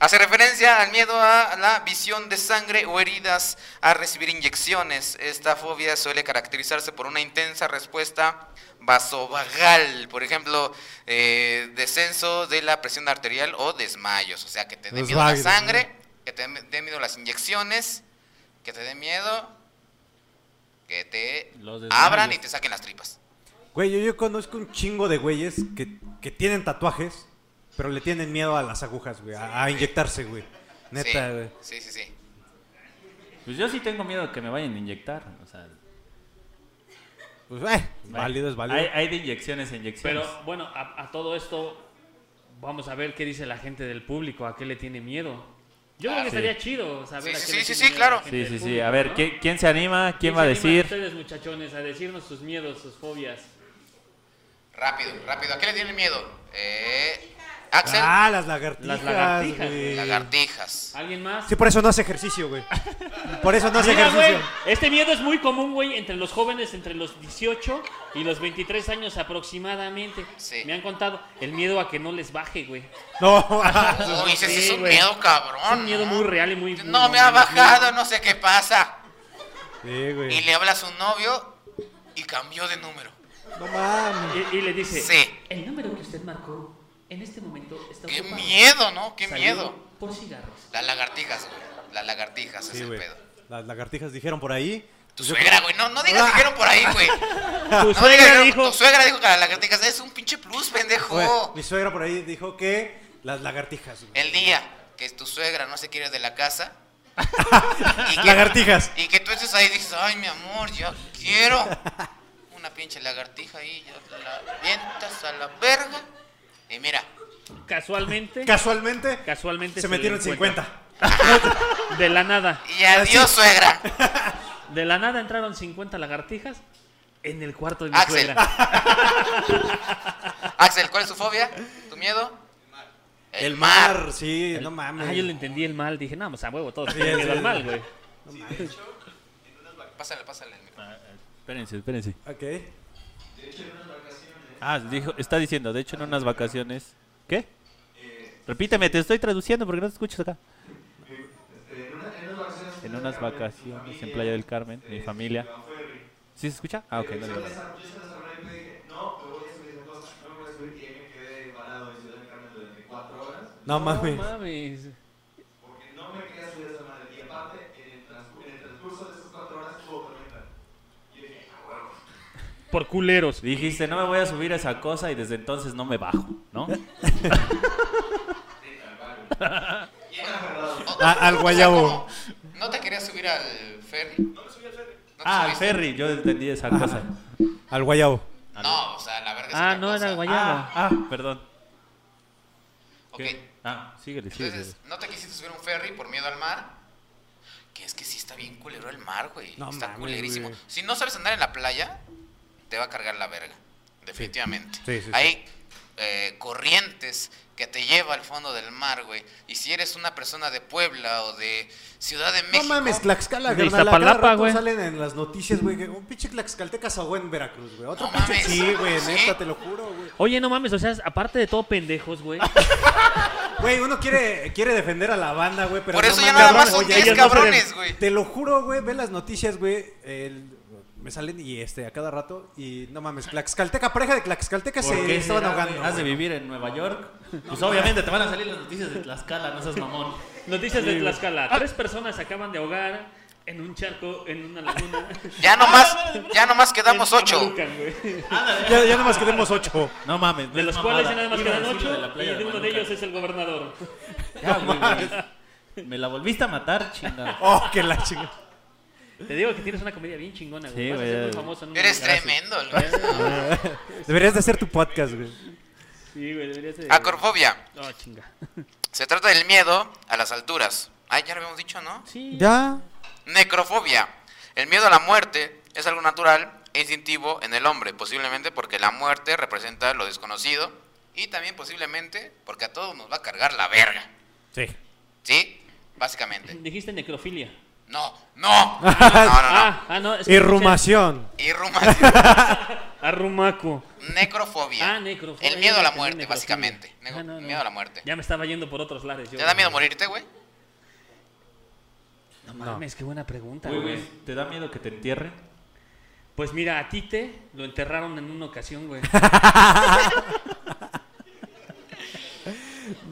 S2: Hace referencia al miedo a la visión de sangre o heridas a recibir inyecciones. Esta fobia suele caracterizarse por una intensa respuesta vasovagal, por ejemplo, eh, descenso de la presión arterial o desmayos. O sea, que te dé
S6: Los
S2: miedo la
S6: vagos, ¿no?
S2: sangre, que te dé miedo las inyecciones, que te dé miedo que te
S4: Los desmayos.
S2: abran y te saquen las tripas.
S6: Güey, yo, yo conozco un chingo de güeyes que, que tienen tatuajes, pero le tienen miedo a las agujas, güey, a, a inyectarse, güey. Neta, güey.
S2: sí, sí, sí, sí.
S4: Pues yo sí tengo miedo que me vayan a inyectar. O sea,
S6: Pues, eh, válido es válido.
S4: Hay, hay de inyecciones a inyecciones.
S5: Pero bueno, a, a todo esto vamos a ver qué dice la gente del público, a qué le tiene miedo. Yo creo
S4: Ah,
S5: que
S4: sí.
S5: estaría chido saber
S2: Sí, sí, sí,
S5: a qué le
S2: sí,
S5: tiene
S2: sí,
S5: miedo
S2: claro.
S5: la gente
S4: sí,
S5: del
S4: sí, sí.
S5: público,
S4: A ver,
S5: ¿no?
S4: ¿quién, quién se anima? ¿Quién,
S5: se
S4: va a
S5: anima
S4: decir?
S5: Ustedes, muchachones, a decirnos sus miedos, sus fobias.
S2: Rápido, rápido. ¿A qué le tienen miedo? Eh, Axel,
S6: Ah, las lagartijas.
S5: Las lagartijas,
S6: güey.
S2: lagartijas.
S5: ¿Alguien más?
S6: Sí, por eso no hace ejercicio, güey. Por eso no hace
S5: Mira, güey,
S6: ejercicio.
S5: este miedo es muy común, güey, entre los jóvenes, entre los 18 y los 23 años aproximadamente.
S2: Sí.
S5: Me han contado el miedo a que no les baje, güey.
S6: No,
S2: Uy, ese sí es
S5: Sí,
S2: un
S5: güey.
S2: miedo cabrón.
S5: Es un miedo
S2: ¿no?
S5: muy real y muy...
S2: No
S5: muy-
S2: me ha
S5: muy-
S2: bajado, no sé qué pasa.
S6: sí,
S2: Y
S6: güey.
S2: le habla a su novio y cambió de número.
S6: No mames.
S5: Y, y le dice,
S2: Sí.
S5: el número que usted marcó en este momento está
S2: Qué
S5: ocupado.
S2: miedo, ¿no? Qué
S5: Salió
S2: miedo.
S5: Por cigarros.
S2: Las lagartijas, güey. Las lagartijas es
S6: Sí,
S2: el
S6: güey.
S2: pedo.
S6: Las lagartijas dijeron por ahí.
S2: Tu suegra, güey. No, no digas que dijeron por ahí, güey.
S5: Ah. Tu
S2: No digas
S5: suegra
S2: que-
S5: dijo,
S2: Tu suegra dijo que las lagartijas es un pinche plus, pendejo.
S6: Güey, mi suegra por ahí dijo que las lagartijas, güey.
S2: El día que tu suegra no se quiere ir de la casa. y
S6: Lagartijas.
S2: Y que tú estés ahí y dices, ay, mi amor, yo quiero una pinche lagartija ahí, ya la avientas a la verga. Y mira,
S5: casualmente,
S6: Casualmente,
S5: casualmente
S6: se
S5: le
S6: metieron
S5: encuentra.
S6: 50.
S5: De la nada,
S2: y adiós, suegra.
S5: de la nada entraron 50 lagartijas en el cuarto de mi
S2: Axel.
S5: suegra.
S2: Axel, ¿cuál es tu fobia? ¿Tu miedo?
S6: El mar, sí, no mames.
S5: Ah, yo le entendí el mal, dije, no, pues a huevo, todos
S6: Sí,
S5: tienen
S6: sí,
S5: miedo al
S6: sí.
S5: mal, güey.
S2: Pásale, pásale el micrófono.
S4: Espérense, espérense.
S6: Ok.
S4: Ah, dijo, está diciendo, de hecho, en unas vacaciones. ¿Qué? Repíteme, te estoy traduciendo porque no te escuchas acá. En unas vacaciones en Playa del Carmen, mi familia. ¿Sí se escucha? Ah, ok. no, no, no.
S6: No mames.
S5: No mames.
S1: por culeros.
S4: Dijiste, no me voy a subir a esa cosa y desde entonces no me bajo, ¿no?
S6: A- Ah, al guayabo.
S2: ¿No te querías subir al ferry? No me subí al ferry.
S4: Ah, el ferry, yo entendí esa cosa.
S6: Al guayabo.
S2: No, o sea, la verga es
S5: Ah,
S2: otra
S5: no,
S2: cosa.
S5: era el guayabo.
S4: Ah, ah, perdón.
S2: Ok,
S4: ¿Qué? Ah, síguele, síguele.
S2: entonces, ¿no te quisiste subir a un ferry por miedo al mar? Que es que sí está bien culero el mar, güey.
S6: No
S2: está
S6: mames,
S2: culerísimo.
S6: güey.
S2: Si no sabes andar en la playa, te va a cargar la verga. Definitivamente.
S6: Sí, sí, sí.
S2: Hay eh, corrientes que te lleva al fondo del mar, güey. Y si eres una persona de Puebla o de Ciudad de México.
S6: No mames, Tlaxcala,
S5: De
S6: carnal. a cada
S5: Iztapalapa,
S6: rato
S5: güey.
S6: Salen en las noticias, güey, que un pinche Tlaxcalteca se ahogó en Veracruz, güey. Otro
S2: No
S6: pinche.
S2: mames.
S6: Sí, güey,
S2: Sí.
S6: neta, te lo juro, güey.
S5: Oye, no mames, o sea, aparte de todo pendejos, güey.
S6: Güey, uno quiere, quiere defender a la banda, güey, pero
S2: Por
S6: no
S2: eso ya
S6: mames,
S2: nada más
S6: güey,
S2: son
S6: ya-
S2: 10
S6: ya no se-
S2: cabrones, güey.
S6: Te lo juro, güey, ve las noticias, güey. el- Me salen y este a cada rato y no mames, Tlaxcalteca, pareja de Tlaxcalteca
S4: ¿Por
S6: se
S4: qué
S6: estaban
S4: será,
S6: ahogando.
S4: güey? ¿Has de
S6: güey.
S4: vivir en Nueva York? Pues obviamente te van a salir las noticias de Tlaxcala, no seas mamón.
S5: Noticias de Tlaxcala. Tres personas se acaban de ahogar en un charco, en una laguna.
S2: Ya nomás, ya nomás quedamos
S5: En
S2: ocho.
S5: Amalucan, güey.
S6: Ya, ya nomás quedemos ocho.
S4: No mames,
S5: De los cuales ya nada más quedan ocho y de uno de ellos es el gobernador.
S4: Ya, güey, güey. Me la volviste a matar, chingada.
S6: Oh, que la chingada.
S5: Te digo que tienes una comedia bien chingona, güey.
S4: Sí,
S5: Vas a
S4: güey,
S5: ser muy
S4: ya.
S5: famoso en un
S6: Ah,
S2: Eres
S5: lugar así.
S2: tremendo, Luis.
S6: Deberías de hacer tu podcast, güey.
S5: Sí, güey, deberías de...
S2: Acrofobia.
S5: Ah, chinga.
S2: Se trata del miedo a las alturas. Ay, ya lo habíamos dicho, ¿no?
S5: Sí.
S6: Ya.
S2: Necrofobia. El miedo a la muerte es algo natural e instintivo en el hombre, posiblemente porque la muerte representa lo desconocido y también posiblemente porque a todos nos va a cargar la verga.
S6: Sí.
S2: ¿Sí? Básicamente.
S5: Dijiste necrofilia.
S2: No, no. No, no, no.
S5: Ah, ah, no. es que
S6: Irrumación.
S2: Y Rumas-
S5: escuché Arrumaco.
S2: necrofobia.
S5: Ah, necrofobia.
S2: El miedo a la
S5: También
S2: muerte,
S5: necrofilia.
S2: básicamente. Nego-
S5: Ah, no, no.
S2: Miedo a la muerte.
S5: Ya me estaba yendo por otros lares. Yo,
S2: ¿Te da miedo morirte, güey?
S5: No mames, qué buena pregunta,
S4: Güey,
S5: güey.
S4: güey, ¿te da miedo que te entierren?
S5: Pues mira, a Tite lo enterraron en una ocasión, güey.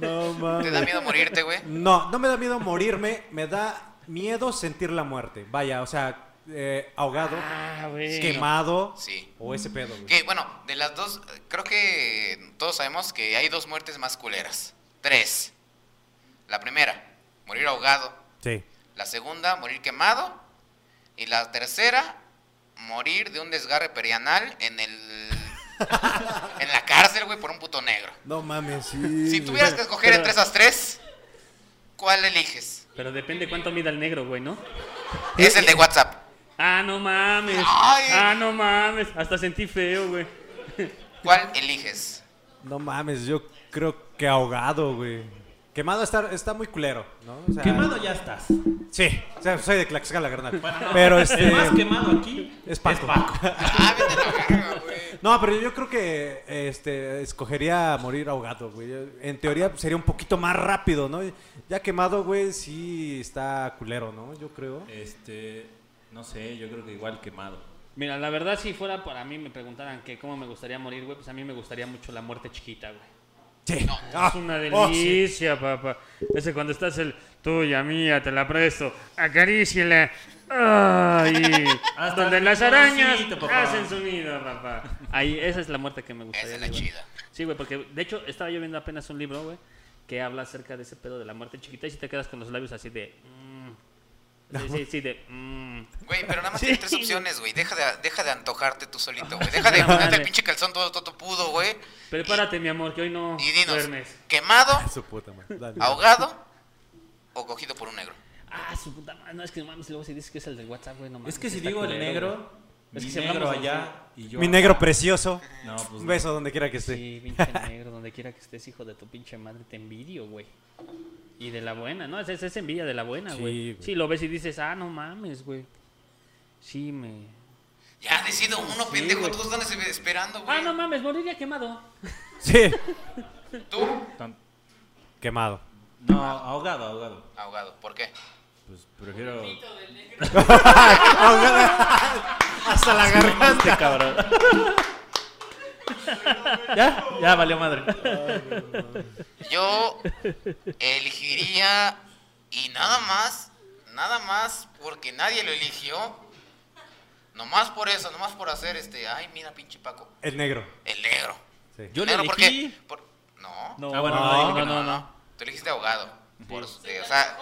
S6: No
S2: ¿Te
S6: mames.
S2: da miedo morirte, güey?
S6: No, no me da miedo morirme, me da miedo sentir la muerte. Vaya, o sea, eh, ahogado,
S5: Ah, güey.
S6: quemado
S2: Sí.
S6: o ese pedo, güey.
S2: Que bueno, de las dos, eh, creo que todos sabemos que hay dos muertes más culeras. Tres. La primera, morir ahogado.
S6: Sí.
S2: La segunda, morir quemado. Y la tercera, morir de un desgarre perianal en el. en la cárcel, güey, por un puto negro.
S6: No mames,
S2: Si tuvieras que escoger
S5: Pero-
S2: entre esas tres, ¿cuál eliges?
S5: Pero depende cuánto mida el negro, güey, ¿no?
S2: Es el de WhatsApp.
S5: Ah, no mames.
S2: Ay.
S5: Ah, no mames. Hasta sentí feo, güey.
S2: ¿Cuál eliges?
S6: No mames, yo creo que ahogado, güey. Quemado está, está muy culero, ¿no? O sea,
S4: Quemado ya estás.
S6: Sí, o sea, soy de Tlaxcala, carnal. Pero este.
S4: El más quemado aquí
S6: Es Paco.
S2: Ah, vete a la verga, güey.
S6: No, pero yo creo que este, escogería morir ahogado, güey. En teoría pues, sería un poquito más rápido, ¿no? Ya quemado, güey, sí está culero, ¿no? Yo creo.
S4: Este, no sé, yo creo que igual quemado.
S5: Mira, la verdad, si fuera para mí, me preguntaran que cómo me gustaría morir, güey, pues a mí me gustaría mucho la muerte chiquita, güey.
S6: Sí.
S5: es una
S6: oh, sí.
S5: delicia, papá. Ese cuando estás el tuya, mía, te la presto, acaríciela. Ay,
S4: Hasta
S5: donde
S4: el
S5: las arañas
S4: rinconcito, papá.
S5: hacen su nido, papá. Ahí, esa es la muerte que me gustaría.
S2: Esa es la
S5: güey.
S2: chida.
S5: Sí, güey, porque de hecho estaba yo viendo apenas un libro, güey, que habla acerca de ese pedo de la muerte chiquita y si te quedas con los labios así de. mm. Sí, sí, sí, de. mm.
S2: Güey, pero nada más
S5: Sí.
S2: tienes tres opciones, güey. Deja de, deja de antojarte tú solito, güey. Deja
S5: la
S2: de ponerte
S5: madre.
S2: el pinche calzón todo todo pudo, güey.
S5: Prepárate, mi amor, que hoy no
S2: Y dinos,
S5: duermes.
S2: ¿quemado,
S6: Su puta madre. Dale.
S2: ahogado o cogido por un negro?
S5: Ah, su puta madre. No, es que no mames, luego si dices que es el del WhatsApp, güey, no mames.
S4: Es que si
S5: está
S4: digo el
S5: culero,
S4: negro,
S5: güey. Es
S4: mi
S5: que si
S4: negro
S5: hablamos
S4: allá y yo
S6: Mi
S4: acá.
S6: negro precioso.
S4: No, pues
S6: Un
S4: no.
S6: beso donde quiera que
S5: Sí,
S6: esté.
S5: pinche negro, donde quiera que estés, hijo de tu pinche madre, te envidio, güey. Y de la buena, ¿no? Es, es, es envidia de la buena,
S6: Sí,
S5: güey.
S6: güey.
S5: Sí, lo ves y dices, ah, no mames, güey. Sí, me...
S2: Ya, decido uno, pendejo.
S5: güey.
S2: Todos están espe- esperando, güey.
S5: Ah, no mames, moriría quemado.
S6: Sí.
S2: Tú,
S4: Tan-
S6: Quemado.
S4: No, ahogado, ahogado.
S2: ahogado. ¿Por qué?
S4: Pues prefiero
S6: Hasta la garganta.
S4: este cabrón. ya, ya valió madre.
S2: Yo elegiría y nada más, nada más porque nadie lo eligió. Nomás por eso, nomás por hacer este. Ay, mira, pinche Paco.
S6: El negro.
S2: El negro.
S6: Sí.
S4: Yo le
S2: Negro, ¿por qué?
S4: elegí.
S2: Por- No.
S4: No,
S5: Ah, bueno,
S4: no,
S5: no, dije que
S4: no, no, no.
S2: Tú elegiste ahogado. Por, eh, o sea,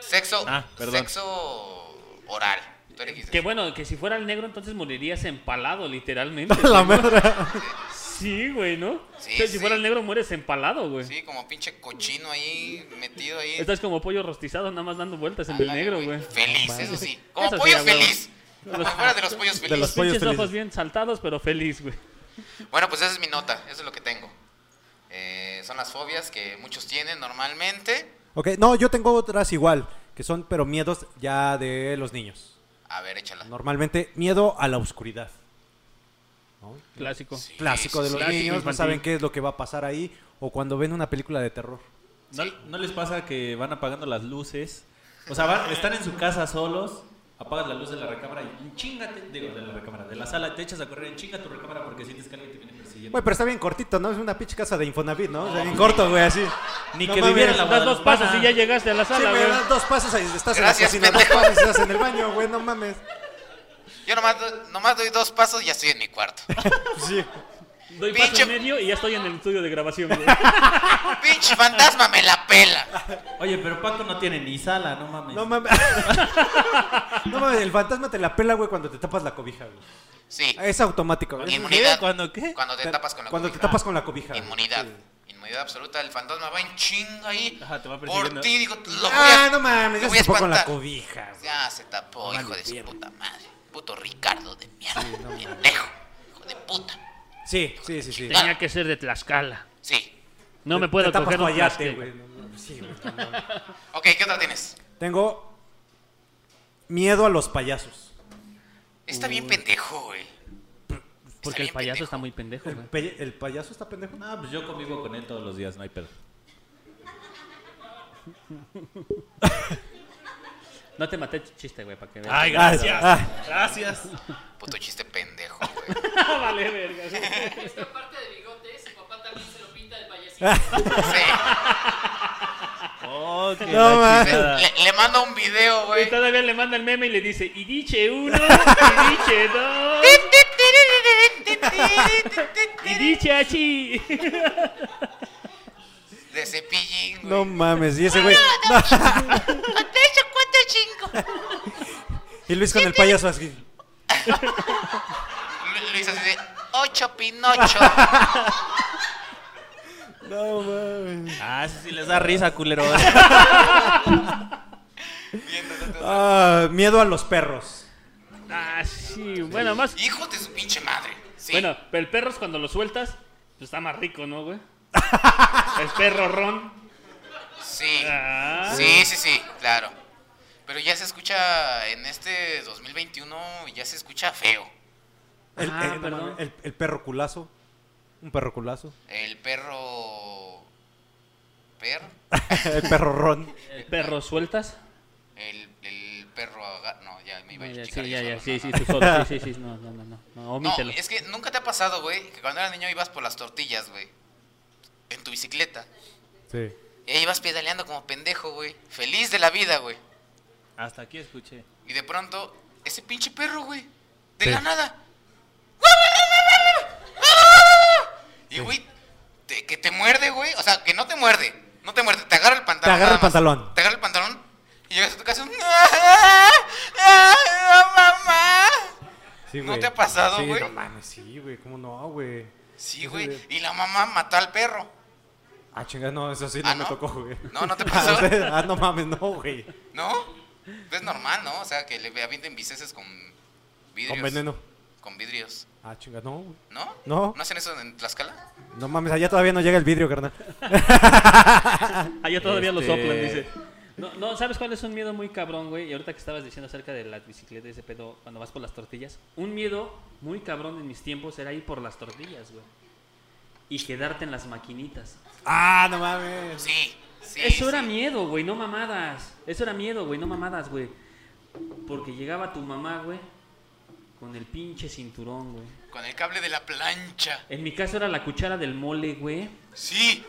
S2: sexo.
S4: Ah, perdón.
S2: Sexo oral. Tú elegiste.
S5: Que bueno, que si fuera el negro entonces morirías empalado, literalmente.
S6: La
S5: güey, ¿no?
S6: madre.
S5: Sí, güey, ¿no?
S2: Sí,
S5: O sea, si
S2: sí.
S5: fuera el negro mueres empalado, güey.
S2: Sí, como pinche cochino ahí, metido ahí.
S5: Estás como pollo rostizado nada más dando vueltas en el
S2: Ándale,
S5: negro, güey.
S2: Feliz, eso sí. Como
S5: Eso sí,
S2: pollo
S5: a huevo.
S2: feliz. Fuera de los pollos felices.
S6: los pollos
S5: Pinches
S6: felices.
S5: ojos bien saltados, pero feliz, güey.
S2: Bueno, pues esa es mi nota, eso es lo que tengo. Eh, son las fobias que muchos tienen normalmente.
S6: Ok, no, yo tengo otras igual, que son, pero miedos ya de los niños.
S2: A ver, échala.
S6: Normalmente, miedo a la oscuridad.
S5: Clásico.
S2: Sí,
S6: Clásico de
S2: sí,
S6: los
S2: sí.
S5: Clásico
S6: niños, no
S5: infantil.
S6: saben qué es lo que va a pasar ahí, o cuando ven una película de terror.
S4: ¿No, no les pasa que van apagando las luces? O sea, van- están en su casa solos, apagas la luz de la recámara y chingate, digo, de la recámara, de la sala, te echas a correr y chinga tu recámara porque sientes que alguien te viene persiguiendo.
S6: Güey, pero está bien cortito, ¿no? Es una pinche casa de Infonavit, ¿no? O sea, bien corto, güey, así.
S4: Ni
S6: No
S4: que
S6: mames,
S4: viviera en la
S5: Das dos
S4: Guadalupana.
S5: pasos y ya llegaste a la
S6: Sí,
S5: sala,
S6: me
S5: güey.
S6: das dos pasos ahí, estás
S2: Gracias,
S6: en la cocina,
S2: pendejo.
S6: dos pasos y estás en el baño, güey, no mames.
S2: Yo nomás, do- nomás doy dos pasos y ya estoy en mi cuarto.
S6: Sí.
S5: Doy
S2: Pinche-
S5: paso y medio y ya estoy en el estudio de grabación, güey.
S2: Pinche fantasma me la pela.
S4: Oye, pero Paco no tiene ni sala, no mames.
S6: No mames. No mames, el fantasma te la pela, güey, cuando te tapas la cobija, güey.
S2: Sí.
S6: Es automático, güey.
S2: Inmunidad.
S4: ¿Cuándo qué?
S2: Cuando te tapas con la
S6: Cuando te
S2: cobija.
S6: tapas con la cobija. güey.
S2: Inmunidad.
S6: Sí.
S2: Inmunidad absoluta. El fantasma va en chinga ahí.
S4: Ajá, te va
S2: por
S4: persiguiendo.
S2: ti, digo, lo voy a...
S6: Ah, no mames,
S2: lo
S6: ya
S2: voy
S6: se
S2: a
S6: tapó con la
S2: espantar.
S6: cobija. güey.
S2: Ya se tapó, hijo de su puta madre. Puto Ricardo de mierda. Pendejo. Hijo de puta.
S6: Sí, sí, sí, sí.
S5: Tenía que ser de Tlaxcala.
S2: Sí.
S5: No me
S6: Te
S5: puedo
S6: tapas
S5: coger un
S6: guayate,
S5: plastic.
S6: güey. No, no, sí, güey, no mames.
S2: Ok, ¿qué otra tienes?
S6: Tengo miedo a los payasos.
S2: Está bien pendejo, güey.
S5: Porque el
S2: bien
S5: payaso
S2: pendejo.
S5: está muy pendejo, güey.
S6: Pe- ¿El payaso está pendejo?
S4: Ah, pues yo convivo con él todos los días, no hay pedo.
S5: No te maté chiste, güey, para que veas.
S1: Ay, gracias.
S6: Ah,
S1: Gracias.
S2: Puto chiste pendejo, güey.
S5: Ah. vale, verga.
S8: Es que aparte de bigote, su papá también se lo pinta de payasito.
S2: Sí.
S4: Oh, qué
S6: No,
S4: la
S6: ma.
S4: chingada.
S2: Le, le mando un video,
S5: Y
S2: güey.
S5: todavía le manda el meme y le dice, y diche uno, y diche dos, y diche achi.
S2: De cepillín, güey.
S6: No mames, y ese güey. Y Luis con el payaso así.
S2: Lu- Luis así de ocho pinocho.
S6: No mames.
S4: Ah, eso sí les da risa, culero.
S2: Viendo-
S6: Ah, miedo a los perros.
S5: Ah, sí, bueno, más...
S2: Hijo de su pinche madre. Sí.
S5: Bueno, pero el perro es cuando lo sueltas, pues está más rico, ¿no, güey? El perro ron.
S2: Sí.
S5: Ah.
S2: Sí, sí, sí, claro. Pero ya se escucha en este 2021, ya se escucha feo.
S6: El,
S5: Ah,
S6: eh, no
S5: perdón.
S6: mames, el- el perro culazo. Un perro culazo.
S2: El perro. ¿Perro?
S6: El perro ron.
S5: El perro sueltas.
S2: El, el perro. aga- No, ya me iba a
S5: Ya,
S2: explicar
S5: sí,
S2: yo
S5: ya, ya,
S2: solo,
S5: sí,
S2: no,
S5: sí,
S2: no.
S5: tú solo, sí, sí, sí, no, no, no, no, no,
S2: No,
S5: omítelo.
S2: es que nunca te ha pasado, güey, que cuando eras niño ibas por las tortillas, güey. En tu bicicleta.
S6: Sí.
S2: Y ahí ibas pedaleando como pendejo, güey. Feliz de la vida, güey.
S4: Hasta aquí escuché.
S2: Y de pronto, ese pinche perro, güey. De la nada. Y, güey, te- que te muerde, güey. O sea, que no te muerde. No te muerde, te agarra el pantalón.
S6: Te agarra
S2: nada
S6: el
S2: más.
S6: pantalón.
S2: Te agarra el pantalón. Y llegas a tu casa. ¡Ah! ¡Ah! ¡Ah, mamá!
S6: Sí,
S2: ¿No
S6: güey.
S2: te ha pasado,
S6: Sí,
S2: güey?
S6: No mames, sí, güey. ¿Cómo no, güey?
S2: Sí,
S6: Eso
S2: güey.
S6: de-
S2: Y la mamá mató al perro.
S6: Ah, chinga, no, eso sí no
S2: ¿Ah,
S6: me
S2: no?
S6: tocó, güey.
S2: No, ¿no te pasó?
S6: ah, no mames, no, güey.
S2: ¿No? Es normal, ¿no? O sea, que le avienten biceses con vidrios.
S6: Con veneno.
S2: Con vidrios.
S6: Ah, chinga, no, güey.
S2: ¿No?
S6: No.
S2: ¿No hacen eso en Tlaxcala?
S6: No mames, allá todavía no llega el vidrio, carnal.
S5: Allá Ah, todavía lo
S4: Este-
S5: soplan, dice. No, no, ¿sabes cuál es un miedo muy cabrón, güey? Y ahorita que estabas diciendo acerca de las bicicletas y ese pedo cuando vas por las tortillas. Un miedo muy cabrón en mis tiempos era ir por las tortillas, güey. Y quedarte en las maquinitas.
S6: Ah, no mames.
S2: Sí. Sí,
S5: Eso era
S2: sí.
S5: miedo, güey, no mamadas. Eso era miedo, güey, no mamadas, güey. Porque llegaba tu mamá, güey, con el pinche cinturón, güey.
S2: Con el cable de la plancha.
S5: En mi caso era la cuchara del mole, güey.
S2: Sí.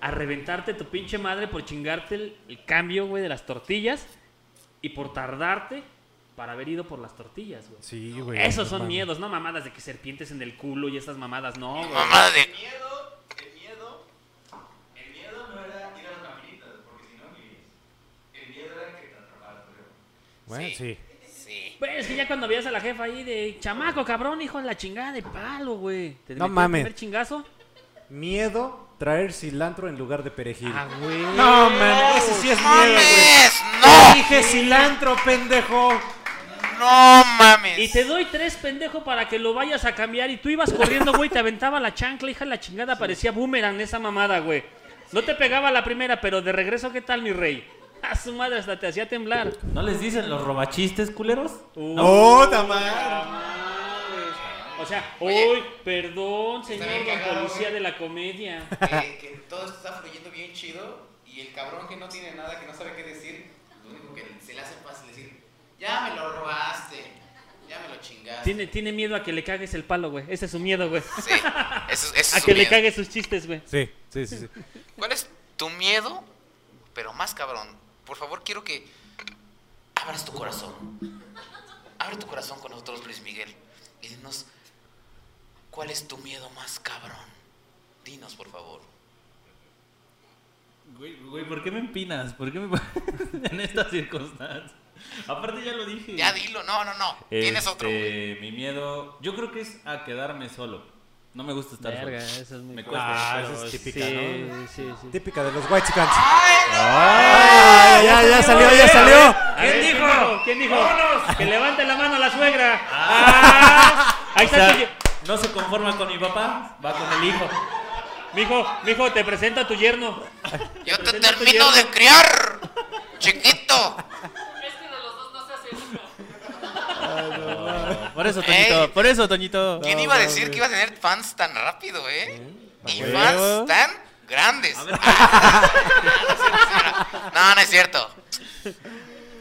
S5: a reventarte tu pinche madre por chingarte el, el cambio, güey, de las tortillas y por tardarte para haber ido por las tortillas, güey.
S6: Sí, güey.
S5: Esos
S6: no
S5: son
S6: mames.
S5: miedos, no mamadas de que serpientes en el culo y estas mamadas, no, güey.
S2: Mamá de
S1: miedo, el miedo, el miedo no era ir a las caminitas, porque si no vivías. El miedo era que te atraparas, creo.
S6: Bueno,
S2: Sí.
S6: sí.
S2: Sí.
S5: Pues es que ya cuando veías a la jefa ahí de chamaco, cabrón, hijo de la chingada de palo, güey. ¿Te metió el
S6: mames.
S5: primer chingazo?
S6: Miedo traer cilantro en lugar de perejil.
S5: Ah, güey.
S6: no, man, ese sí es miedo, güey.
S2: ¡Mames!
S6: Te
S2: ¡No!
S6: Dije cilantro, pendejo.
S2: ¡No mames!
S5: Y te doy tres, pendejo, para que lo vayas a cambiar. Y tú ibas corriendo, güey, te aventaba la chancla, hija de la chingada. Parecía boomerang esa mamada, güey. No te pegaba la primera, pero de regreso, ¿qué tal, mi rey? A su madre, hasta te hacía temblar.
S4: ¿No les dicen los robachistes, culeros?
S6: No, tamar.
S5: O sea,
S2: Oye.
S5: uy, perdón, señor
S2: bien
S5: don
S2: cagado,
S5: policía
S2: güey.
S5: de la comedia.
S2: que, Eh, que todo esto está fluyendo bien chido y el cabrón que no tiene nada, que no sabe qué decir, lo único que se le hace fácil es decir, ya me lo robaste, ya me lo chingaste.
S5: Tiene, tiene miedo a que le cagues el palo, güey. Ese es su miedo, güey.
S2: Sí, eso, eso es
S5: A
S2: su
S5: que le
S2: miedo.
S5: cagues sus chistes, güey.
S6: Sí, sí, sí. sí.
S2: ¿Cuál es tu miedo? Pero más cabrón, por favor quiero que abras tu corazón. Abre tu corazón con nosotros, Luis Miguel, y dinos, ¿cuál es tu miedo más cabrón? Dinos, por favor.
S4: Güey, güey, ¿por qué me empinas? ¿Por qué me en estas circunstancias? Aparte ya lo dije.
S2: Ya dilo, no, no, no, tienes otro, güey.
S4: Este, Mi miedo, yo creo que es a quedarme solo. No me gusta estar
S5: Verga,
S4: solo.
S5: esa es muy
S4: Me
S5: fuerte,
S4: cuesta.
S6: Ah,
S5: pero
S6: esa es típica,
S5: sí,
S6: ¿no?
S5: Sí, sí,
S6: Típica de los white chickens.
S4: ¡Ah!
S6: ya, ya salió, ya salió.
S5: ¿Quién dijo? ¿Quién dijo? Que levante la mano la suegra. Ah, ahí
S4: O
S5: está.
S4: sea,
S5: tu
S4: no se conforma con mi papá, va con el hijo.
S5: ye- Mijo, mijo, te presento a tu yerno.
S2: Yo te
S5: Presenta tu
S2: termino de
S5: yerno.
S2: criar, chiquito.
S8: Es que de los dos no se hace uno.
S4: Por eso,
S2: Toñito, Ey.
S4: por eso, Toñito.
S2: ¿Quién iba a decir que iba a tener fans tan rápido, eh? Y
S6: huevo.
S2: fans tan grandes. Ah. no, no es cierto.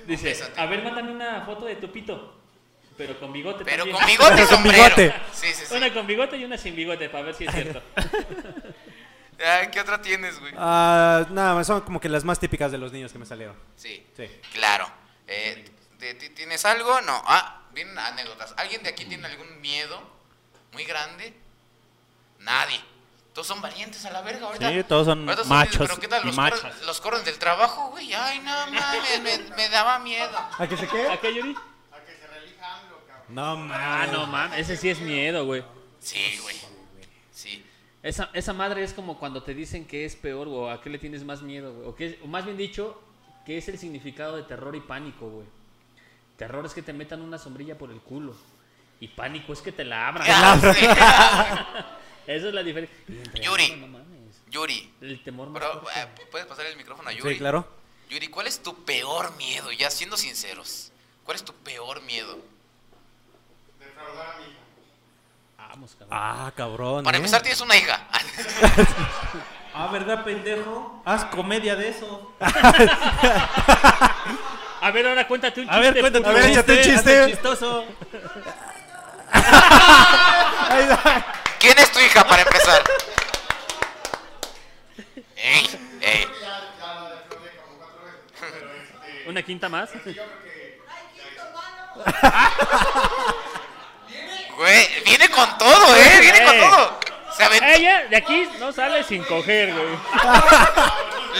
S5: Dice,
S2: Bésate.
S5: a ver, mándame una foto de tu pito. Pero con bigote
S2: Pero
S5: también.
S2: con bigote y
S6: Pero con
S2: sombrero.
S6: bigote.
S2: Sí, sí, sí.
S5: Una con bigote y una sin bigote, para ver si es cierto.
S2: Ay, Ah, ¿Qué otra tienes, güey?
S6: Ah, nada, más, son como que las más típicas de los niños que me salieron.
S2: Sí,
S6: Sí.
S2: claro. Eh, ¿te- te- ¿Tienes algo? No. Ah, vienen anécdotas. ¿Alguien de aquí tiene algún miedo muy grande? Nadie. Todos son valientes a la verga ahorita.
S4: Sí, todos son
S2: Ahorita
S4: machos
S2: pero ¿qué tal
S4: y
S2: los,
S4: machas.
S2: corren, los corren del trabajo, güey? Ay, no mames, me, me daba miedo.
S6: ¿A que se quede?
S5: ¿Acá, Yuri?
S6: No,
S5: Ah,
S6: man.
S5: no, mames, ese sí es miedo, güey.
S2: Sí, güey. Sí.
S5: Esa, esa madre es como cuando te dicen que es peor, güey, o a qué le tienes más miedo, güey. O, que, o más bien dicho, que es el significado de terror y pánico, güey. Terror es que te metan una sombrilla por el culo. Y pánico es que te la abran.
S2: Ah, sí.
S5: Esa es la diferencia. Y entre
S2: Yuri.
S5: ambos, no mames,
S2: Yuri.
S5: El temor más
S2: Pero,
S5: fuerte.
S2: eh, ¿Puedes pasar el micrófono a Yuri?
S6: Sí, claro.
S2: Yuri, ¿cuál es tu peor miedo? Ya siendo sinceros, ¿cuál es tu peor miedo?
S5: Vamos, cabrón.
S6: Ah, cabrón.
S2: Para
S6: ¿eh?
S2: empezar, tienes una hija.
S4: Ah, ¿verdad, pendejo? Haz comedia de eso.
S5: A ver, ahora cuéntate un chiste.
S4: A ver, cuéntate.
S5: puto.
S6: A ver, échate un chiste.
S4: hazte chistoso.
S6: Ahí va.
S2: ¿Quién es tu hija para empezar? Ey, ey.
S5: ¿Una quinta más?
S2: Güey, viene con todo, ¿eh? Viene con todo. Se aventó.
S5: Ella de aquí no sale sin coger, güey.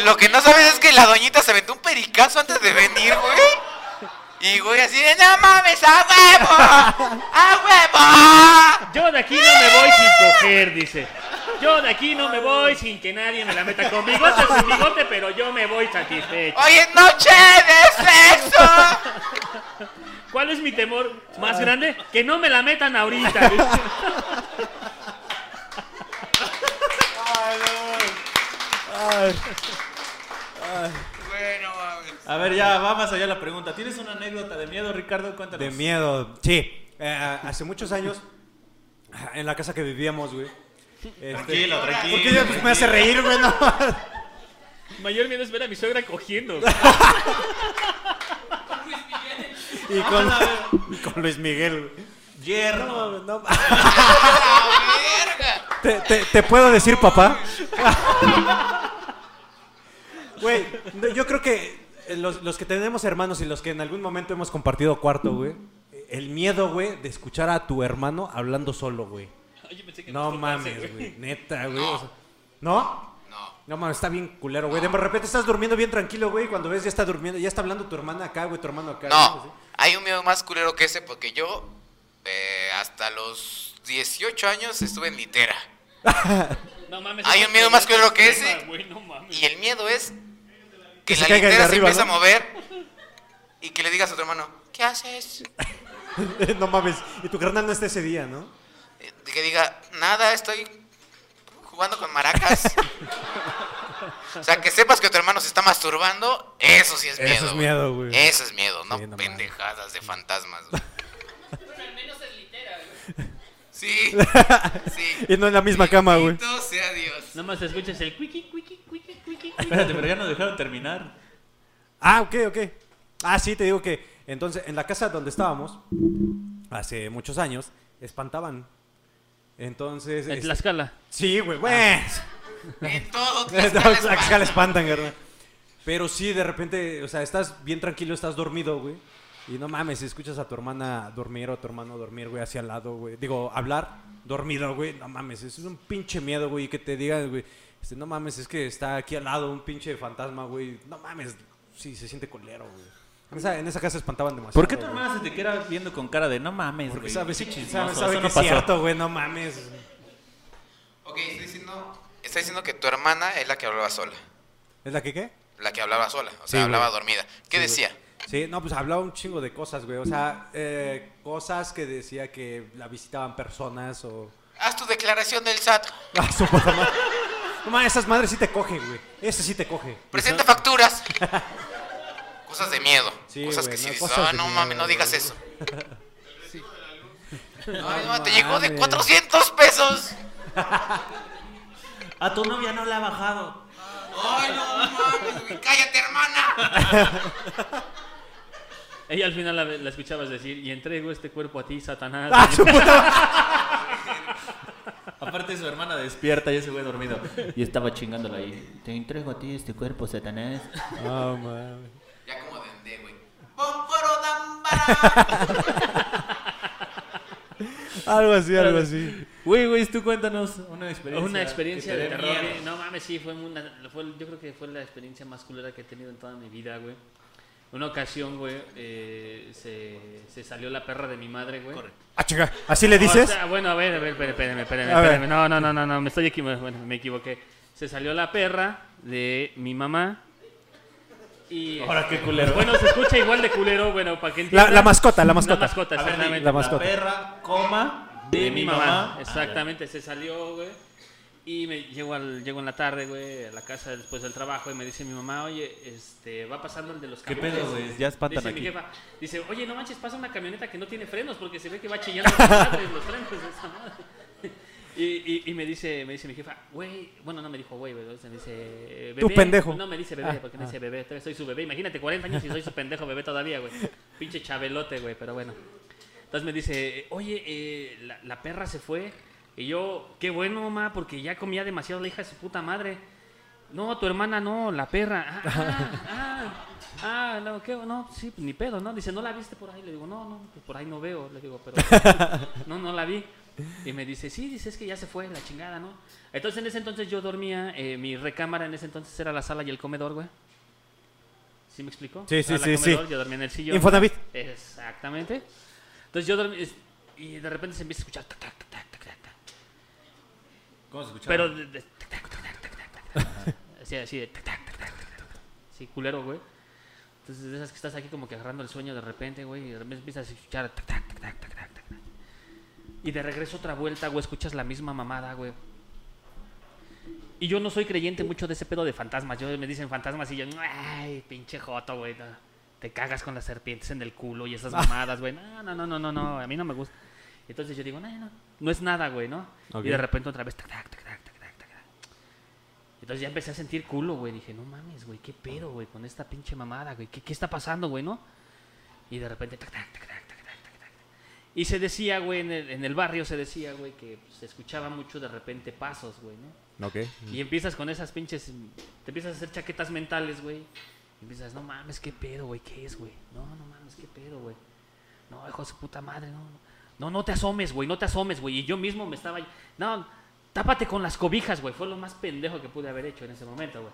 S2: Lo que no sabes es que la doñita se aventó un pericazo antes de venir, güey. Y güey, así de, no mames, a huevo, a huevo.
S5: Yo de aquí no me voy sin coger, dice. Yo de aquí no me voy sin que nadie me la meta con bigote o sin bigote, pero yo me voy satisfecho.
S2: Hoy es noche de sexo.
S5: ¿Cuál es mi temor más grande? Que no me la metan ahorita. güey.
S2: Bueno, mames.
S4: A ver, ya, va más allá la pregunta. ¿Tienes una anécdota de miedo, Ricardo? Cuéntanos.
S6: De miedo. Sí. eh, hace muchos años, en la casa que vivíamos, güey. este-
S4: Tranquilo, tranquilo.
S6: Porque ella pues, me hace reír, güey, no.
S5: Mayor miedo es ver a mi suegra cogiendo.
S8: Luis Miguel.
S6: Y con, y con Luis Miguel, güey.
S4: Hierro.
S6: No, no.
S2: ¡A la verga!
S6: ¿Te, te, te puedo decir papá? Güey, no, yo creo que eh, los, los que tenemos hermanos y los que en algún momento hemos compartido cuarto, güey. eh, El miedo, güey, de escuchar a tu hermano hablando solo, güey.
S5: Yo pensé que
S6: No
S5: nos
S6: mames,
S5: tocase,
S6: güey. Neta, güey.
S2: No.
S6: o sea, ¿No?
S2: No.
S6: No mames, está bien culero, güey. De repente estás durmiendo bien tranquilo, güey. y Cuando ves ya está durmiendo, ya está hablando tu hermana acá, güey, tu hermano acá. güey,
S2: No,
S6: así.
S2: hay un miedo más culero que ese porque yo eh, hasta los 18 años estuve en litera.
S5: No mames.
S2: Hay
S5: eso
S2: un miedo
S5: es
S2: más culero que
S5: problema,
S2: ese.
S5: güey, no mames.
S2: Y el miedo es que,
S6: se
S2: la
S6: caiga el de
S2: litera se
S6: arriba,
S2: empieza
S6: ¿no?
S2: a mover y que le digas a tu hermano, ¿qué haces?
S6: no mames. Y tu carnal no está ese día, ¿no?
S2: Eh, Que diga, nada, estoy jugando con maracas. o sea, que sepas que tu hermano se está masturbando, eso sí es
S6: Eso
S2: miedo.
S6: es
S2: güey.
S6: miedo, güey.
S2: Eso es miedo, no,
S6: Sí, no mames.
S2: pendejadas de fantasmas. güey.
S8: Bueno, al menos es litera, güey.
S2: Sí, sí.
S6: Y no en la misma cama, güey.
S2: Bendito sea Dios.
S5: Nada más escuchas el cuiqui, cuiqui, cuiqui, cuiqui. cuiqui.
S4: Espérate, pero ya nos dejaron terminar.
S6: Ah, ok, ok. Ah, sí, te digo que. Entonces, en la casa donde estábamos, hace muchos años, espantaban. Entonces.
S5: En
S6: este-
S5: Tlaxcala.
S6: Sí, güey, güey.
S2: En todo
S6: Tlaxcala
S2: Tlaxcala es
S6: Tlaxcala espantan, carnal. Pero sí, de repente, o sea, estás bien tranquilo, estás dormido, güey. Y no mames, escuchas a tu hermana dormir o a tu hermano dormir, güey, hacia al lado, güey. Digo, hablar dormido, güey. No mames, eso es un pinche miedo, güey. Que te digan, güey, este, no mames, es que está aquí al lado un pinche fantasma, güey. No mames, sí, se siente colero, güey. En esa, en esa casa espantaban demasiado.
S4: ¿Por qué tu
S6: güey.
S4: hermana se te queda viendo con cara de no mames,
S6: Porque
S4: güey?
S6: sabe, sí,
S4: Qué
S6: sabe,
S4: chismoso,
S6: sabe
S4: eso
S6: que
S4: no
S6: es
S4: pasó.
S6: cierto, güey, no mames.
S2: Ok, está diciendo, está diciendo que tu hermana es la que hablaba sola.
S6: ¿Es la que qué?
S2: La que hablaba sola, o sea,
S6: Sí, güey.
S2: hablaba dormida. ¿Qué
S6: Sí, güey.
S2: decía?
S6: Sí, no, pues hablaba un chingo de cosas, güey. O sea, eh, cosas que decía que la visitaban personas o.
S2: Haz tu declaración del SAT.
S6: Ah, su puta madre. No mames, esas madres sí te cogen, güey. Ese sí te coge.
S2: Presenta facturas. Cosas de miedo.
S6: Sí,
S2: cosas
S6: güey,
S2: que
S6: no,
S2: sí dices,
S6: cosas
S2: ah,
S6: de
S2: no
S6: miedo,
S2: mames, no digas
S6: güey".
S2: eso. Ay, no, te llegó de 400 pesos.
S4: A tu novia no la ha bajado.
S2: Ay, no mames, güey, cállate, hermana.
S5: Ella al final la, la escuchabas decir, y entrego este cuerpo a ti, Satanás.
S6: Ah, su puta
S4: Aparte su hermana despierta y ese güey dormido.
S9: Y estaba chingándola ahí. Te entrego a ti este cuerpo, Satanás.
S6: No mames.
S2: Ya como vendé, güey. Bomboro dambara.
S6: Algo así, algo así.
S4: Güey, güey, tú cuéntanos una experiencia.
S5: Una experiencia
S4: que te
S5: de
S4: dé
S5: terror.
S4: miedo.
S5: güey. No mames, sí, fue una, fue- yo creo que fue la experiencia más culera que he tenido en toda mi vida, güey. Una ocasión, güey, eh, se, se salió la perra de mi madre, güey. Ah,
S6: Ah, chica, ¿así le dices?
S5: O sea, bueno, a ver, a ver, espérame, espérame, espérame.
S6: A ver.
S5: espérame. No, no, no, no, no, me estoy equivocando. Bueno, me equivoqué. Se salió la perra de mi mamá. Y,
S4: Ahora qué culero.
S5: Bueno, se escucha igual de culero, bueno, para que
S6: la,
S5: entiendan.
S6: la mascota, la
S5: La
S6: mascota.
S5: mascota,
S4: A ver,
S5: exactamente.
S4: di,
S6: La mascota.
S4: La perra, coma, de, mi mamá.
S5: Exactamente, se salió, güey. Y me llego, al, llego en la tarde, güey, a la casa después del trabajo y me dice mi mamá, oye, este, va pasando el de los
S4: ¿Qué
S5: camiones".
S4: pedo, güey? Ya espantan
S5: dice
S4: aquí.
S5: Mi jefa, dice, oye, no manches, pasa una camioneta que no tiene frenos porque se ve que va chillando con madres los frenos de esa madre. Y, y, y me, dice, me dice mi jefa, güey, bueno, no me dijo güey, güey, me dice, bebé.
S6: Tú pendejo.
S5: No me dice bebé, porque me dice bebé, todavía soy su bebé. Imagínate, 40 años y soy su pendejo bebé todavía, güey. Pinche chabelote, güey, pero bueno. Entonces me dice, oye, eh, la, la perra se fue. Y yo, qué bueno, mamá, porque ya comía demasiado la hija de su puta madre. No, tu hermana no, la perra. Ah, ah, ah, ah, no, qué- no, sí, pues, ni pedo, ¿no? Dice, ¿no la viste por ahí? Le digo, no, no, pues por ahí no veo. Le digo, pero no, no la vi. Y me dice, sí, dice, es que ya se fue, la chingada, ¿no? Entonces, en ese entonces yo dormía, eh, mi recámara en ese entonces era la sala y el comedor, güey. ¿Sí me explicó?
S6: Sí, sí,
S5: Sala,
S6: sí, sí.
S5: comedor, Yo dormía en el sillón.
S6: Infonavit.
S5: Exactamente. Entonces yo dormí es- y de repente se empieza a escuchar tac, tac, tac, tac, tac, tac, tac.
S4: ¿Cómo se escuchaba?
S5: Pero de- de- tac, tac, tac, tac, tac, tac, tac. así, así de tac, tac, tac, tac, tac, tac. Sí, culero, güey. Entonces de esas que estás aquí como que agarrando el sueño de repente, güey, y de repente empiezas a escuchar tac, tac, tac, tac, tac, tac, tac, tac. Y de regreso otra vuelta, güey, escuchas la misma mamada, güey. Y yo no soy creyente mucho de ese pedo de fantasmas. Yo me dicen fantasmas y yo, ay, pinche joto, güey. no. Te cagas con las serpientes en el culo y esas mamadas, güey. No, no, no, no, no, no, a mí no me gusta. Entonces yo digo, no, no, no es nada, güey, ¿no? Y de repente otra vez, tac, tac, tac, tac, tac, tac, tac. tac. Entonces ya empecé a sentir culo, güey. Dije, no mames, güey, qué pedo, güey, con esta pinche mamada, güey. ¿Qué, qué está pasando, güey, no? Y de repente, tac, tac, tac, tac, tac, tac, tac, tac. Y se decía, güey, en el, en el barrio se decía, güey, que pues, se escuchaba mucho de repente pasos, güey, ¿no?
S6: Ok.
S5: Y empiezas con esas pinches. Te empiezas a hacer chaquetas mentales, güey. Y empiezas, no mames, qué pedo, güey, ¿qué es, güey? No, no mames, qué pedo, güey. No, hijo de su puta madre, no. no. No, no te asomes, güey, no te asomes, güey. Y yo mismo me estaba... No, tápate con las cobijas, güey. Fue lo más pendejo que pude haber hecho en ese momento, güey.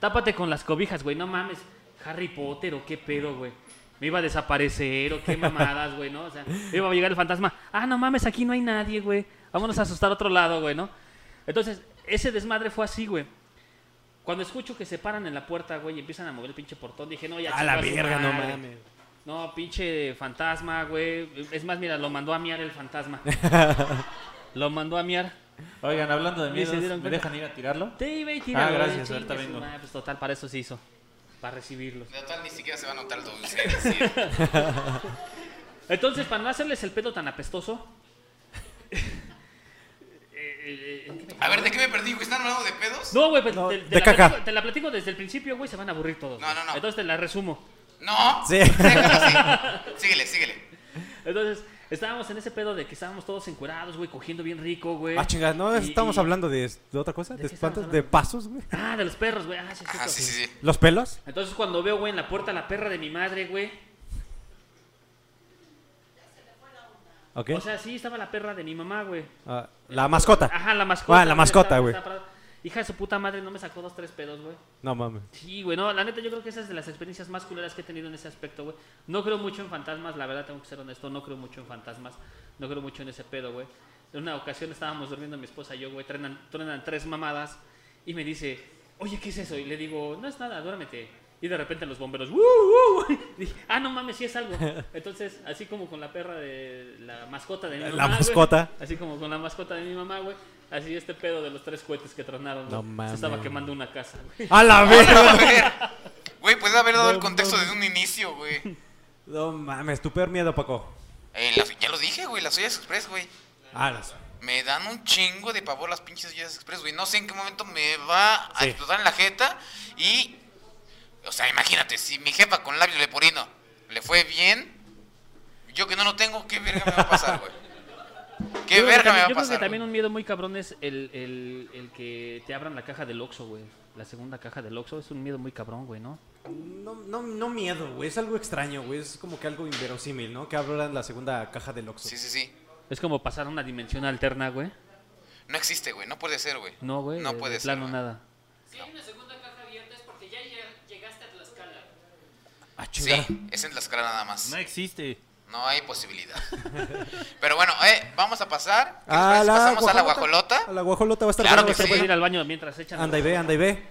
S5: Tápate con las cobijas, güey. No mames, Harry Potter o qué pedo, güey. Me iba a desaparecer o qué mamadas, güey, ¿no? O sea, me iba a llegar el fantasma. Ah, no mames, aquí no hay nadie, güey. Vámonos a asustar a otro lado, güey, ¿no? Entonces, ese desmadre fue así, güey. Cuando escucho que se paran en la puerta, güey, y empiezan a mover el pinche portón, dije, no, ya
S6: A la
S5: chingó su
S6: verga, no
S5: madre.
S6: mames.
S5: No, pinche fantasma, güey. Es más, mira, lo mandó a miar el fantasma. lo mandó a miar.
S4: Oigan, hablando de
S5: Ni
S4: miedos,
S5: se dieron
S4: ¿me
S5: cuenta.
S4: dejan ir a tirarlo?
S5: Te iba y tira,
S4: Ah,
S5: güey,
S4: gracias,
S5: chingue
S4: ahorita
S5: su
S4: vengo.
S5: madre, Pues total, para eso se hizo. Para recibirlos.
S2: Total, ni siquiera se va a notar el dulce. es decir,
S5: Entonces, para no hacerles el pedo tan apestoso. eh, eh, eh,
S2: A ver, ¿de qué me perdí? güey? ¿Están hablando de pedos?
S5: No, güey, pues
S6: No,
S5: te, te
S6: de
S5: la
S6: caca.
S5: platico, te la platico desde el principio, güey, se van a aburrir todos.
S2: No,
S5: güey.
S2: no, no.
S5: Entonces te la resumo.
S2: No.
S6: Sí.
S2: Déjalo así. Síguele, síguele.
S5: Entonces, estábamos en ese pedo de que estábamos todos encurados, güey, cogiendo bien rico, güey.
S6: Ah, chinga, ¿no
S5: Y-
S6: estamos
S5: y-
S6: hablando de, de otra cosa?
S5: ¿De
S6: ¿De
S5: qué estamos
S6: espantos? ¿De
S5: hablando?
S6: pasos, güey?
S5: Ah, de los perros, güey. Ah, sí, es
S2: Ajá,
S5: cierto,
S2: sí,
S5: güey.
S2: sí, sí.
S6: ¿Los pelos?
S5: Entonces cuando veo, güey, en la puerta la perra de mi madre, güey.
S6: ¿Ok?
S5: O sea, sí estaba la perra de mi mamá, güey.
S6: Ah, la mascota.
S5: Ajá, la mascota.
S6: Ah, la
S5: güey,
S6: mascota,
S5: estaba-
S6: güey.
S5: estaba parada. Hija de su puta madre, no me sacó dos, tres pedos, güey.
S6: No mames.
S5: Sí, güey, no, la neta yo creo que esa es de las experiencias más culeras que he tenido en ese aspecto, güey. No creo mucho en fantasmas, la verdad tengo que ser honesto, no creo mucho en fantasmas, no creo mucho en ese pedo, güey. En una ocasión estábamos durmiendo mi esposa y yo, güey, trenan, truenan tres mamadas y me dice, oye, ¿qué es eso? Y le digo, no es nada, duérmete. Y de repente los bomberos, ¡Woo, woo". Dije, ah, no mames, sí es algo. Entonces, así como con la perra de la mascota de mi
S6: La
S5: mamá. güey,
S6: mascota.
S5: así como con la mascota de mi mamá, güey. Así este pedo de los tres cohetes que tronaron,
S6: No
S5: güey.
S6: mames.
S5: Se estaba quemando una casa, güey.
S6: ¡A la verga!
S2: A ver. Güey, puedes haber dado el contexto desde un inicio, güey.
S6: No mames, tu peor miedo, Paco.
S2: Eh, las- ya lo dije, güey, las ollas express, güey.
S6: Ah, las-
S2: Me dan un chingo de pavor las pinches ollas express, güey. No sé en qué momento me va a explotar en la jeta. Y. O sea, imagínate, si mi jefa con labio leporino le fue bien, yo que no lo tengo, ¿qué verga me va a pasar, güey? ¿Qué
S5: Yo creo que
S2: verga
S5: también-
S2: me va a
S5: Yo creo
S2: pasar?
S5: que también
S2: güey?
S5: un miedo muy cabrón es el, el, el que te abran la caja del Oxxo, güey. La segunda caja del Oxxo es un miedo muy cabrón, güey, ¿no?
S6: No, no, no miedo, güey. Es algo extraño, güey. Es como que algo inverosímil, ¿no? Que abran la segunda caja del Oxxo.
S2: Sí, sí, sí.
S5: Es como pasar a una dimensión alterna, güey.
S2: No existe, güey. No puede ser, güey.
S5: No, güey.
S2: No
S5: de- de
S2: puede ser.
S5: plano
S2: güey.
S5: nada.
S8: Si hay una segunda caja abierta es porque ya lleg- llegaste a Tlaxcala.
S6: Ah, chinga.
S2: Sí, es en Tlaxcala nada más.
S4: No existe.
S2: No hay posibilidad. Pero bueno, eh, vamos a pasar. ¿Qué les
S6: Ah,
S2: parece? Pasamos a la
S6: A
S2: guajolota.
S6: la guajolota va a estar
S2: Claro
S6: bueno,
S2: que
S6: va a estar
S5: Se
S2: sí.
S5: puede
S6: bueno.
S5: ir al baño mientras echan.
S6: Anda y ve, anda y ve.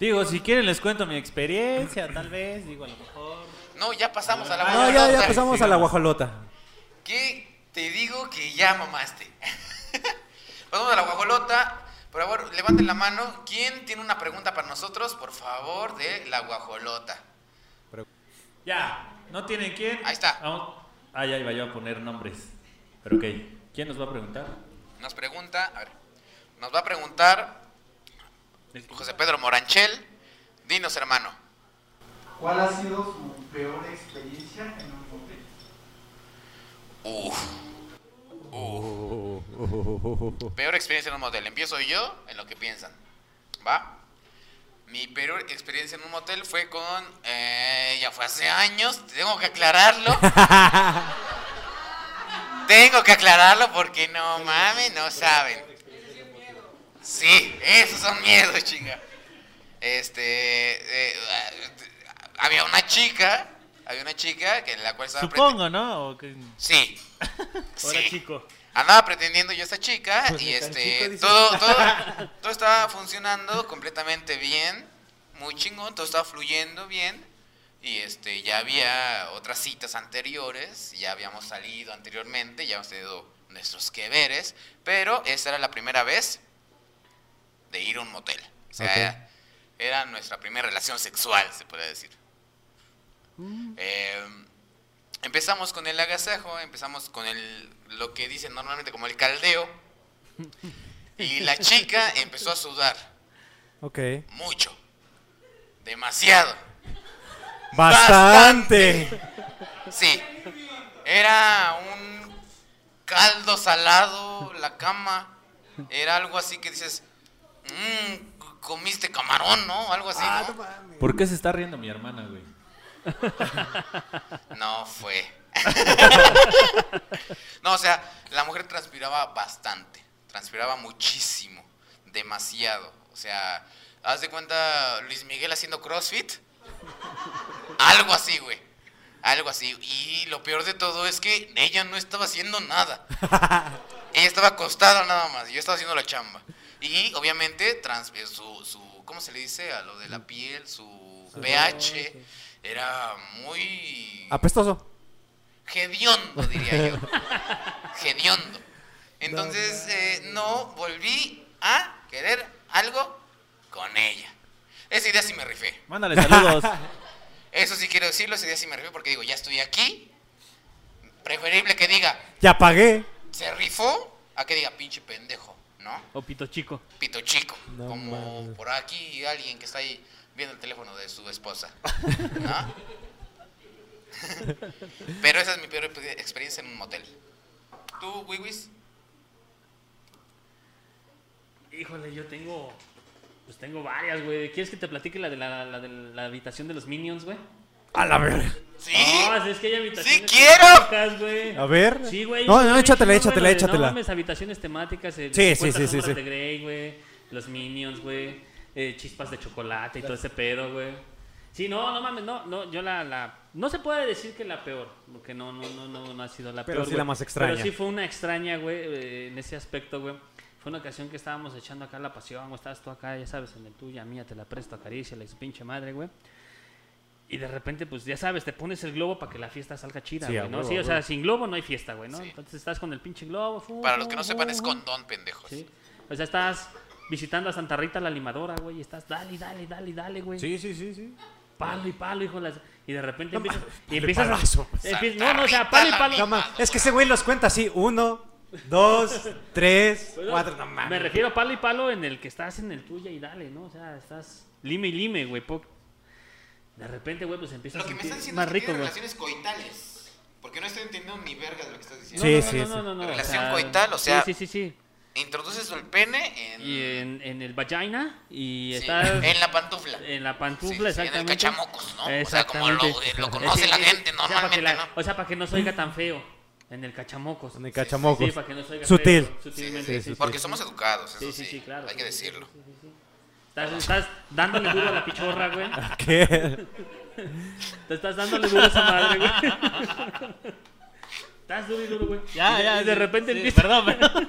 S4: Digo, si quieren les cuento mi experiencia, tal vez. Digo, a lo mejor.
S2: No, ya pasamos a la
S6: No,
S2: Ah, guajolota.
S6: Ah, ya, ya pasamos a la guajolota.
S2: ¿Qué te digo que ya mamaste? Pasamos a la guajolota. Por favor, levanten la mano. ¿Quién tiene una pregunta para nosotros? Por favor, de la guajolota.
S4: Ya, ¿no tienen quién?
S2: Ahí está.
S4: Vamos- Ah, ya iba yo a poner nombres. Pero ok, ¿quién nos va a preguntar?
S2: Nos pregunta, a ver, nos va a preguntar José Pedro Moranchel. Dinos, hermano.
S1: ¿Cuál ha sido su peor experiencia en un hotel?
S2: Uf. Uf. Peor experiencia en un motel. Empiezo yo en lo que piensan. ¿Va? Mi peor experiencia en un motel fue con... eh, ya fue hace años. Tengo que aclararlo. tengo que aclararlo porque no mames, no saben. Sí, esos son miedos, chinga. Este... eh, había una chica... Había una chica que la cual estaba... prete-
S4: Supongo, ¿no? O que-
S2: Sí.
S4: Hola,
S2: Sí.
S4: chico.
S2: Andaba pretendiendo yo a esta chica y
S6: Pues tan chico,
S2: este
S6: dices.
S2: todo, todo, todo estaba funcionando completamente bien, muy chingón, todo estaba fluyendo bien. Y este ya había otras citas anteriores, ya habíamos salido anteriormente, ya habíamos tenido nuestros que veres, pero esa era la primera vez de ir a un motel. O sea, era nuestra primera relación sexual, se puede decir. Em, Empezamos con el agasajo, empezamos con el lo que dicen normalmente como el caldeo. Y la chica empezó a sudar
S6: Ok.
S2: mucho. Demasiado.
S6: Bastante.
S2: Sí. Era un caldo salado la cama. Era algo así que dices, "Mm, comiste camarón, ¿no? Algo así,
S6: Ah, no
S2: ¿no?
S6: mames.
S4: ¿Por qué se está riendo mi hermana, güey?
S2: No fue. no, o sea, la mujer transpiraba bastante, transpiraba muchísimo, demasiado. O sea, haz de cuenta Luis Miguel haciendo CrossFit. Algo así, güey. Algo así. Y lo peor de todo es que ella no estaba haciendo nada. Ella estaba acostada nada más. Yo estaba haciendo la chamba. Y obviamente trans- eh, su, su, ¿cómo se le dice? A lo de la piel, su pH era muy
S6: Apestoso.
S2: hediondo, diría yo. hediondo. Entonces, eh, no volví a querer algo con ella. Esa idea sí me rifé.
S4: Mándale saludos.
S2: Eso sí quiero decirlo, esa idea sí me rifé porque digo, ya estoy aquí. Preferible que diga,
S6: Ya pagué.
S2: se rifó, a que diga, pinche pendejo, ¿no?
S5: O pito chico.
S2: Pito chico.
S6: No
S2: como
S6: mames.
S2: por aquí alguien que está ahí viendo el teléfono de su esposa. ¿no? Pero esa es mi peor exper- experiencia en un motel. ¿Tú, Wiwis?
S5: Híjole, yo tengo. Pues tengo varias, güey. ¿Quieres que te platique la de la, la de la habitación de los Minions, güey?
S6: A la verga.
S2: ¿Sí?
S5: No, es que hay habitaciones.
S2: ¡Sí quiero!
S5: temáticas, güey.
S6: A ver.
S5: Sí, güey.
S6: No,
S5: yo
S6: no,
S5: vi
S6: échatela,
S5: un chingo,
S6: échatela,
S5: güey, de,
S6: échatela.
S5: No mames, habitaciones temáticas. El
S6: Sí, sí,
S5: 50
S6: sí, sí,
S5: sombras
S6: sí.
S5: de Grey, güey. Los Minions, güey. eh, chispas de chocolate y todo ese pedo, güey. Sí, no, no mames, no, no, yo la, la- no se puede decir que la peor, porque no, no, no, no, no ha sido la
S6: Pero
S5: peor.
S6: sí
S5: güey.
S6: la más extraña.
S5: Pero sí fue una extraña, güey, eh, en ese aspecto, güey. Fue una ocasión que estábamos echando acá la pasión, o estabas tú acá, ya sabes, en el tuya, mía, te la presto, acaricia, la pinche madre, güey. Y de repente, pues ya sabes, te pones el globo para que la fiesta salga chida,
S6: Sí,
S5: güey,
S6: a
S5: ¿no?
S6: huevo,
S5: sí,
S6: a
S5: o sea, sin globo no hay fiesta, güey, ¿no?
S2: Sí.
S5: Entonces estás con el pinche globo. fu,
S2: Para
S5: fu,
S2: los que no sepan,
S5: fu,
S2: es
S5: fu.
S2: condón, pendejos.
S5: Sí. O sea, estás visitando a Santa Rita la limadora, güey, y estás dale, dale, dale, dale, güey.
S6: Sí, sí, sí, sí.
S5: Palo y palo, hijo. de las- Y de repente
S6: No
S5: empiezas,
S6: mames,
S5: y empiezas a-
S6: palazo, pues.
S5: empie- No, no, o sea, palo y palo.
S6: No mames, Es que ese güey los cuenta así. Uno, dos, tres, cuatro. No
S5: Me
S6: mames.
S5: refiero a palo y palo en el que estás en el tuya y dale, ¿no? O sea, estás lime y lime, güey. po- De repente, güey, pues empiezas
S2: Lo que
S5: a
S2: me
S5: sentir
S2: están diciendo
S5: más
S2: es que
S5: rico,
S2: tiene
S5: güey.
S2: relaciones coitales. Porque no estoy entendiendo ni verga de lo que estás
S5: No,
S2: diciendo.
S6: Sí,
S5: no,
S6: sí,
S5: no,
S6: sí.
S5: no, no, no, o
S2: Relación
S5: sea,
S2: coital, o sea-
S5: Sí, sí, sí, sí.
S2: Introduces el pene en,
S5: Y en, en el vagina y
S2: sí,
S5: estás
S2: en la pantufla.
S5: en la pantufla,
S2: Sí, sí, en el
S5: exactamente.
S2: cachamocos, ¿no? O sea, como lo-
S5: Exactamente.
S2: lo conoce
S5: Sí,
S2: la
S5: sí,
S2: gente
S5: o sea, para que
S2: normalmente,
S5: la-
S2: ¿no?
S5: O sea, para que no se oiga tan feo. En el cachamocos.
S6: Con el
S5: Sí,
S6: cachamocos.
S5: para que no se oiga
S6: Sutil.
S5: feo, sutilmente,
S2: Sí,
S5: sí, sí.
S2: Porque somos educados, eso
S5: Sí,
S2: sí,
S5: sí, sí, claro.
S2: hay que
S5: Sí, sí,
S2: decirlo.
S5: sí, sí, sí. Estás, estás dándole duro a la pichorra, güey.
S6: ¿Qué?
S5: Te estás dándole duro a esa madre, güey. Estás duro y duro, güey.
S9: Ya,
S5: Y de-
S9: ya.
S5: y de
S9: sí,
S5: repente
S9: sí,
S5: empieza.
S9: Perdón, perdón.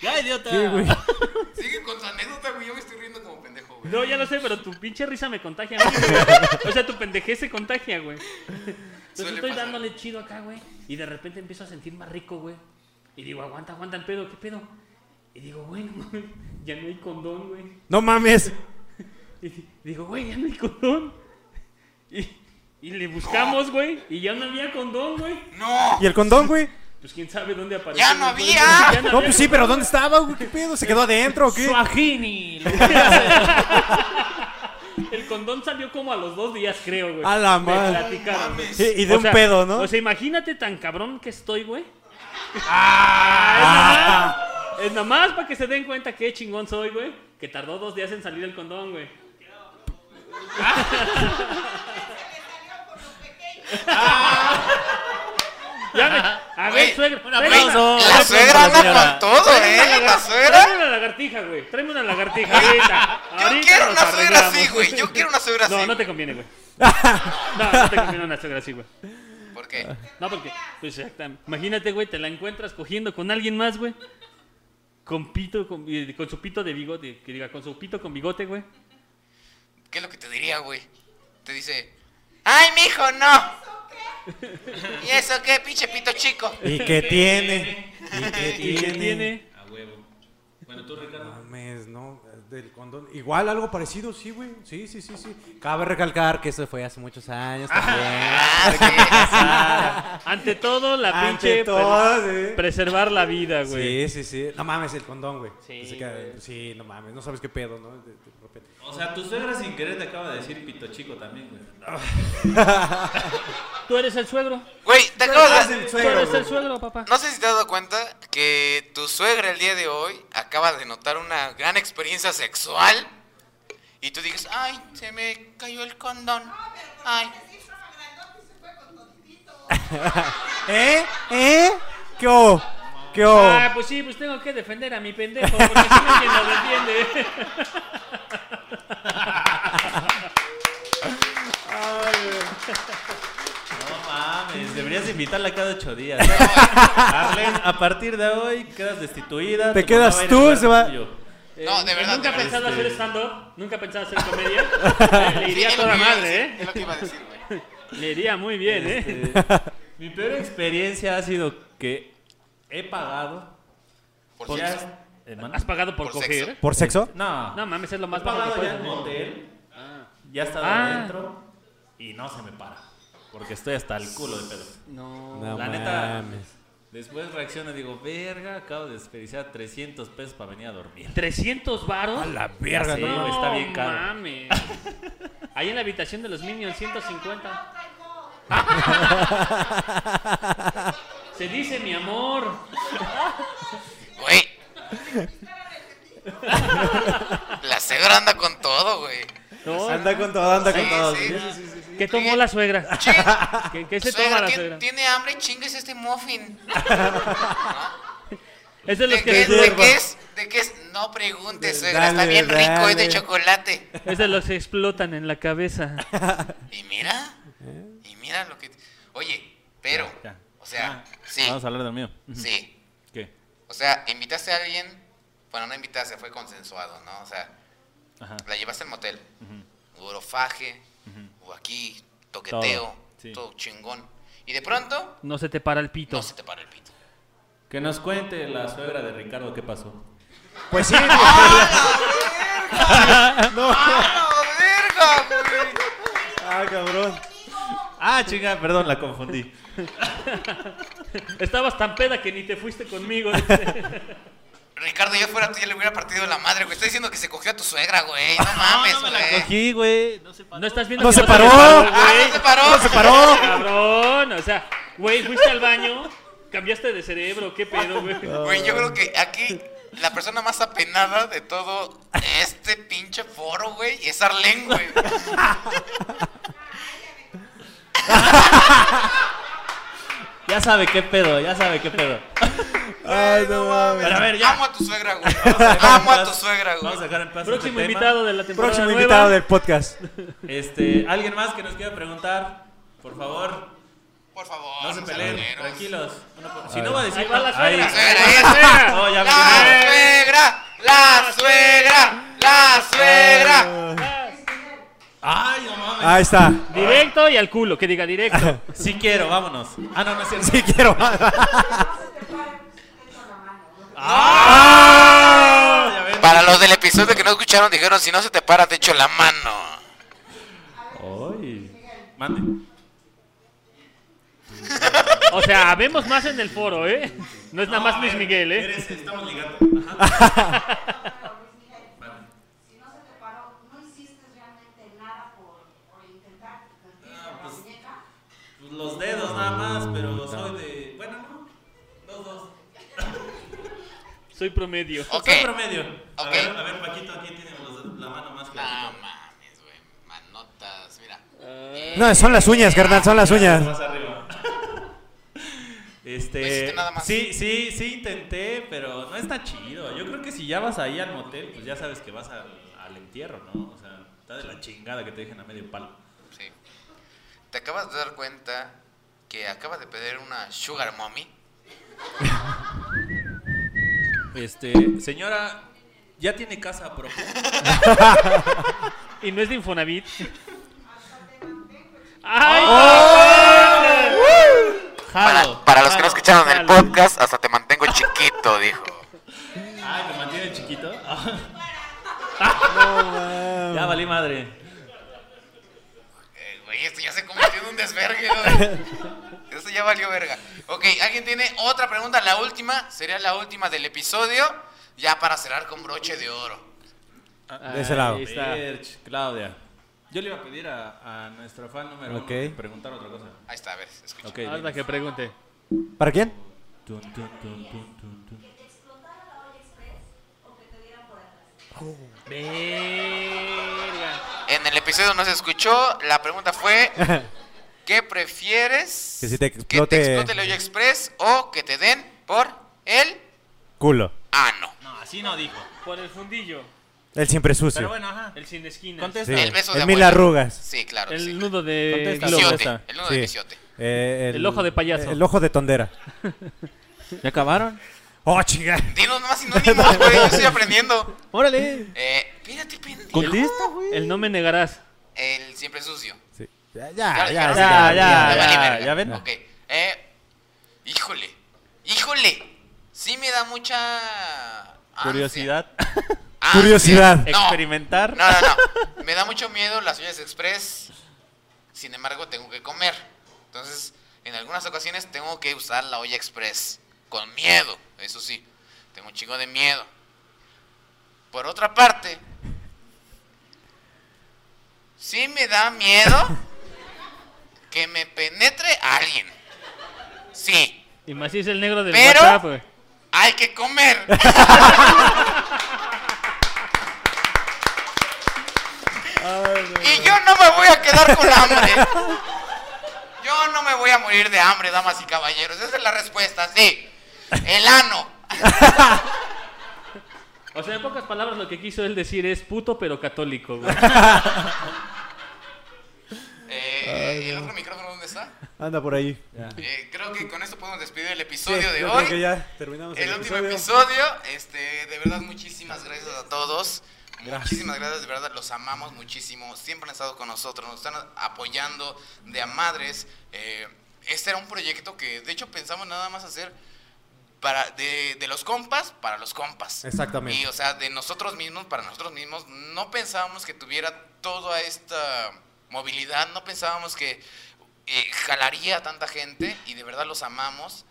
S9: ya, idiota.
S6: ¿Qué, güey?
S2: Sigue con tu anécdota, güey, yo me estoy riendo como pendejo, güey.
S5: No, ya lo sé, pero tu pinche risa me contagia a mí, güey. O sea, tu pendejez se contagia, güey. Entonces
S2: Suele
S5: estoy
S2: pasar.
S5: dándole chido acá, güey. Y de repente empiezo a sentir más rico, güey. Y digo, aguanta, aguanta el pedo, ¿qué pedo? Y digo, bueno, mames, ya no hay condón, güey.
S6: No mames.
S5: Y di- digo, güey, ya no hay condón. Y, y le buscamos, güey. Y ya no había condón, güey.
S2: ¡No!
S6: ¿Y el condón, güey?
S5: Pues quién sabe dónde apareció.
S2: ¡Ya no
S5: güey.
S2: había!
S5: Ya
S6: No, pues sí, pero
S5: condón.
S6: ¿dónde estaba, güey? ¿Qué pedo? ¿Se quedó adentro o qué?
S9: Suajini.
S5: El condón salió como a los dos días, creo, güey.
S6: A la
S5: Me
S6: madre.
S5: platicaron, güey.
S6: Sí, y de
S5: O
S6: un
S5: sea,
S6: pedo, ¿no?
S5: O sea, imagínate tan cabrón que estoy, güey.
S6: Ah,
S5: Es nomás para que se den cuenta qué chingón soy, güey. Que tardó dos días en salir el condón, güey.
S6: Ah.
S5: Ya, güey. A
S2: Güey,
S5: ver, suegra.
S9: un
S5: tráeme
S9: aplauso.
S5: una-
S2: La suegra anda
S9: señora.
S2: con todo,
S5: tráeme
S2: ¿eh?
S5: una
S2: La
S5: lagar-
S2: suegra.
S5: Tráeme una lagartija, güey. Tráeme una lagartija. Ahorita.
S2: Yo
S5: ahorita
S2: quiero
S5: nos
S2: una suegra así,
S5: arreglamos.
S2: güey. Yo quiero una suegra así.
S5: No, no te conviene, güey. No, no te conviene una suegra así, güey.
S2: ¿Por qué?
S5: No, porque, pues, exactamente. Imagínate, güey, te la encuentras cogiendo con alguien más, güey. Con pito, con, eh, con su pito de bigote, que diga, con su pito con bigote, güey.
S2: ¿Qué es lo que te diría, güey? Te dice, ¡ay, mijo, no! ¿Y eso qué, pinche pito chico?
S6: ¿Y qué tiene? ¿Y qué
S5: ¿Y qué tiene?
S4: A huevo. Bueno, tú, Ricardo.
S6: Mames, no, del condón. Igual algo parecido, sí, güey. Sí, sí, sí, sí. Cabe recalcar que eso fue hace muchos años también.
S2: Ah, sí.
S5: Ante todo, la
S6: Ante
S5: pinche.
S6: todo,
S5: pre-
S6: sí.
S5: Preservar la vida, güey.
S6: Sí, sí, sí. No mames, el condón, güey.
S5: Sí,
S6: Se queda-
S5: güey.
S6: sí, no mames, no sabes qué pedo, ¿no? De- de repente.
S4: O sea, tu suegra sin querer te acaba de decir pito chico también, güey.
S5: Tú eres el suegro.
S2: Güey, te acabas de...
S5: Tú eres el suegro, papá.
S2: No sé si te has dado cuenta que tu suegra el día de hoy acaba de notar una gran experiencia sexual y tú dices, ay, se me cayó el condón. Ay.
S6: ¿Eh? ¿Eh? ¿Qué hubo? ¿Qué hubo?
S5: Ah, pues sí, pues tengo que defender a mi pendejo, porque si no, quien lo defiende.
S4: No mames, deberías invitarla cada ocho días. Arlen, a partir de hoy quedas destituida.
S6: Te
S4: tu mamá
S6: quedas
S4: a ir
S6: tú,
S4: a hablar
S6: se va-
S4: tuyo.
S2: No, de verdad,
S5: Eh, Nunca
S2: de
S5: pensaba
S4: este-
S5: hacer stand-up, nunca pensaba hacer comedia. Le iría a
S2: Sí, es lo
S5: toda
S2: que iba a
S5: madre,
S2: decir, Es
S5: ¿eh?
S2: lo que iba a decir, güey.
S5: Le iría muy bien, ¿eh?
S4: Este, mi peor experiencia ha sido que he pagado.
S2: Por
S4: por-
S2: cierto,
S4: Hermano,
S5: ¿Has pagado por,
S2: Por
S5: coger?
S2: sexo.
S6: ¿Por sexo?
S4: eh, No,
S5: No mames, es lo
S4: He
S5: más bajo que
S4: pagado ya
S5: puedes
S4: en un
S5: tener.
S4: hotel. Ya he estado
S5: Ah.
S4: adentro. Y no se me para. Porque estoy hasta el culo de pedo.
S5: No.
S6: No
S4: la neta.
S6: mames.
S4: Después reacciono y digo, verga, acabo de desperdiciar 300 pesos para venir a dormir.
S5: ¿300 varos?
S6: La verga,
S4: Sí,
S6: no.
S5: no,
S4: está bien caro.
S5: mames. Ahí en la habitación de los Minions, 150. Se dice mi amor.
S2: Güey. La suegra anda con todo, güey.
S6: Anda con todo, anda
S2: Sí,
S6: con todo.
S2: sí.
S5: ¿Qué tomó la suegra?
S2: Ching,
S5: ¿Qué, qué se
S2: suegra,
S5: toma la
S2: ¿tien-
S5: suegra?
S2: tiene hambre, chingues este muffin.
S5: Es de los
S2: ¿De
S5: que
S2: qué,
S5: les
S2: de
S5: hierba.
S2: qué es? ¿De qué es? No preguntes, suegra, está
S6: Dale,
S2: bien rico, es
S6: dale.
S2: de chocolate.
S5: Es de los que explotan en la cabeza.
S2: Y mira, y mira lo que... Oye, pero,
S4: Ya.
S2: o sea,
S4: Ah,
S2: sí,
S4: Vamos a hablar del mío.
S2: sí.
S4: ¿Qué?
S2: O sea, invitaste a alguien, bueno, no invitaste, fue consensuado, ¿no? O sea,
S4: Ajá.
S2: la llevaste al motel, urofaje, o aquí, toqueteo, todo,
S4: Todo, sí.
S2: chingón. Y de pronto,
S5: No se te para el pito.
S2: no se te para el pito.
S4: Que nos cuente la suegra de Ricardo qué pasó.
S6: Pues sí,
S2: ¡Ah, la verga, güey!
S6: Ah, cabrón.
S4: Ah, chinga, perdón, la confundí.
S5: Estabas tan peda que ni te fuiste conmigo. dice.
S2: Ricardo, yo fuera tú ya le hubiera partido la madre, güey. Está diciendo que se cogió a tu suegra, güey. No mames, güey.
S4: Aquí, güey. No se
S5: No estás viendo
S6: No
S5: que
S6: se
S5: te
S6: paró.
S5: paró,
S2: ah,
S5: güey.
S2: no se paró.
S6: Se paró.
S5: Cabrón, o sea, güey, fuiste al baño, cambiaste de cerebro, qué pedo, güey.
S6: Ah,
S2: Güey, yo creo que aquí la persona más apenada de todo este pinche foro, güey, es Arlen, güey.
S4: Ya sabe qué pedo, ya sabe qué pedo.
S6: Ay, no mames.
S4: Pero a ver, ya.
S2: Amo a tu suegra, güey.
S4: Vamos a dejar en
S2: Amo a
S4: paz-
S2: tu suegra, güey.
S4: Vamos a dejar en paz.
S5: Próximo
S4: este tema.
S5: invitado de la temporada
S6: Próximo
S5: nueva.
S6: invitado del podcast.
S4: Este, alguien más que nos quiera preguntar, por favor,
S2: Por favor.
S4: no se peleen,
S2: saloneros.
S4: tranquilos. Uno por- Si no va a decir
S5: Ahí va la
S4: Ahí.
S5: suegra.
S2: Suegra,
S5: Ahí va la
S2: ahí.
S5: suegra.
S4: No, ya me
S2: La
S4: quemé.
S2: suegra, la suegra, la suegra.
S4: Ay, no mames.
S6: Ahí está.
S5: Ah, Directo y al culo, que diga directo.
S4: Sí quiero, vámonos. Ah, no, no es cierto.
S6: Sí quiero.
S4: Ah, ya ven.
S2: Para los del episodio que no escucharon, dijeron: si no se te para, te echo la mano.
S4: Ay. Mande.
S5: O sea, vemos más en el foro, ¿eh? No es nada más Luis Miguel, ¿eh?
S4: Eres- estamos ligando.
S7: Si no se te paró, no hiciste realmente nada por, por intentar contigo, la muñeca.
S4: Ah, Pues Los dedos nada más, pero soy de. Bueno, no. Dos, dos.
S5: Soy promedio.
S2: Ok.
S4: Soy promedio. A,
S2: Ok. Ah,
S4: ver, a ver, Paquito, ¿quién tiene los- la mano más que la
S2: No
S4: otra?
S2: mames, güey. Manotas, mira.
S6: No, son las uñas, carnal, son las uñas.
S4: Más arriba. Este,
S2: No
S10: Pues
S2: hiciste nada más.
S4: Sí, sí, sí intenté, pero no está chido. Yo creo que si ya vas ahí al motel, pues ya sabes que vas al, al entierro, ¿no? O sea, está de la chingada que te dejen a medio palo.
S2: Sí. ¿Te acabas de dar cuenta que acabas de pedir una sugar mommy?
S4: Este, señora, ya tiene casa propia.
S5: Y no es de Infonavit. ¡Ay! ¡Oh! no mames!
S2: ¡Oh! Para, para los que no escucharon el podcast, hasta te mantengo chiquito, dijo.
S4: Ay, Ah, me mantiene chiquito. ya valí madre.
S2: Eh, Güey, esto ya se convirtió en un desvergue, güey. Esto ya valió verga. Ok, ¿alguien tiene otra pregunta? La última, sería la última del episodio, ya para cerrar con broche de oro.
S6: De ese lado.
S5: Ahí está.
S4: Verge, Claudia. Yo le iba a pedir a, a nuestro fan número
S6: Ok.
S4: uno preguntar otra cosa.
S2: Ahí está, a ver, escucha.
S4: Ok.
S5: Hasta
S4: dime.
S5: que pregunte.
S6: ¿Para quién?
S4: Tun, tun, tun, tun, tun, tun.
S7: ¿Que te explotara la olla express o que te dieran por atrás?
S5: Verga.
S2: En el episodio no se escuchó, la pregunta fue, ¿qué prefieres?
S6: Que si te
S2: ¿Que te
S6: explote-
S2: explote el hoyo express o que te den por el
S6: Culo.
S2: ano?
S10: No, así no dijo.
S5: Por el fundillo.
S6: Él siempre sucio.
S10: Pero bueno, ajá.
S5: El sin esquina.
S10: Contesta.
S6: Sí.
S2: El beso de
S6: El mil
S2: abuela.
S6: arrugas.
S2: Sí, claro. que
S5: El
S2: sí.
S5: nudo de
S4: Contesta.
S5: globo.
S2: Pisiote,
S4: esta.
S2: el nudo
S6: Sí.
S2: de pisiote.
S6: Eh,
S5: El ojo de payaso.
S6: El ojo de tondera.
S10: ¿Ya acabaron?
S6: Oh, chinga.
S2: Dinos más sinónimos, güey, yo estoy aprendiendo.
S5: Órale.
S2: Eh, espérate, pendejo.
S10: Contesta, güey.
S5: El no me negarás.
S2: El siempre sucio.
S6: Sí. Ya,
S2: Ya,
S6: ya,
S2: lo
S6: ya.
S2: dijeron.
S10: Ah, ya, ya,
S2: Me vale
S10: ya,
S2: verga.
S10: ya ven.
S2: Ok. Eh, híjole. Híjole. Sí me da mucha... ansia.
S10: Curiosidad.
S2: Ansia.
S6: Curiosidad.
S2: Ah, No,
S10: Experimentar.
S2: No, no, no. Me da mucho miedo las ollas express. Sin embargo, tengo que comer. Entonces, en algunas ocasiones tengo que usar la olla express. Con miedo, eso sí. Tengo un chingo de miedo. Por otra parte, sí me da miedo que me penetre alguien. Sí,
S5: Y más si es el negro del
S2: Pero-
S5: WhatsApp, güey.
S2: hay que comer. y yo no me voy a quedar con hambre. Yo no me voy a morir de hambre, damas y caballeros. Esa es la respuesta, sí. El ano.
S5: O sea, en pocas palabras lo que quiso él decir es puto pero católico, güey.
S2: Eh, ¿El otro micrófono dónde está?
S6: Anda por ahí.
S2: Eh, creo que con esto podemos despedir el
S6: Sí,
S2: episodio de
S6: yo
S2: hoy.
S6: creo que ya terminamos el,
S2: el último episodio. Este, de verdad, muchísimas gracias a todos. Muchísimas gracias, de verdad, los amamos muchísimo. Siempre han estado con nosotros, nos están apoyando de a madres. Eh, este era un proyecto que, de hecho, pensamos nada más hacer para de, de los compas para los compas.
S6: Exactamente.
S2: Y, o sea, de nosotros mismos para nosotros mismos. No pensábamos que tuviera toda esta movilidad, no pensábamos que eh, jalaría a tanta gente y de verdad los amamos.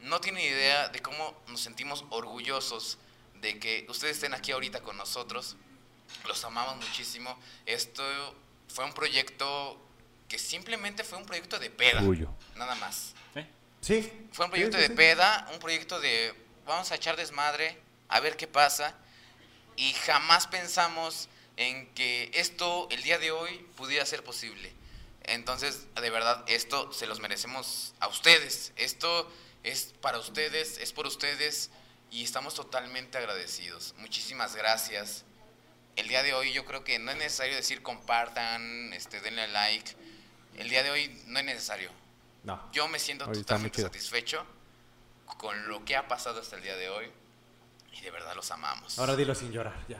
S2: No tienen idea de cómo nos sentimos orgullosos de que ustedes estén aquí ahorita con nosotros. Los amamos muchísimo. Esto fue un proyecto que simplemente fue un proyecto de peda.
S6: Orgullo.
S2: Nada más.
S6: Sí.
S2: Fue un proyecto
S6: Sí, sí,
S2: de
S6: sí.
S2: peda, un proyecto de vamos a echar desmadre, a ver qué pasa. Y jamás pensamos en que esto el día de hoy pudiera ser posible. Entonces, de verdad, esto se los merecemos a ustedes. Esto es para ustedes, es por ustedes y estamos totalmente agradecidos. Muchísimas gracias. El día de hoy yo creo que no es necesario decir compartan, este, denle like. El día de hoy no es necesario.
S6: No.
S2: Yo me siento
S6: Hoy está muy
S2: totalmente
S6: chido.
S2: satisfecho con lo que ha pasado hasta el día de hoy y de verdad los amamos.
S6: Ahora dilo sin llorar, ya.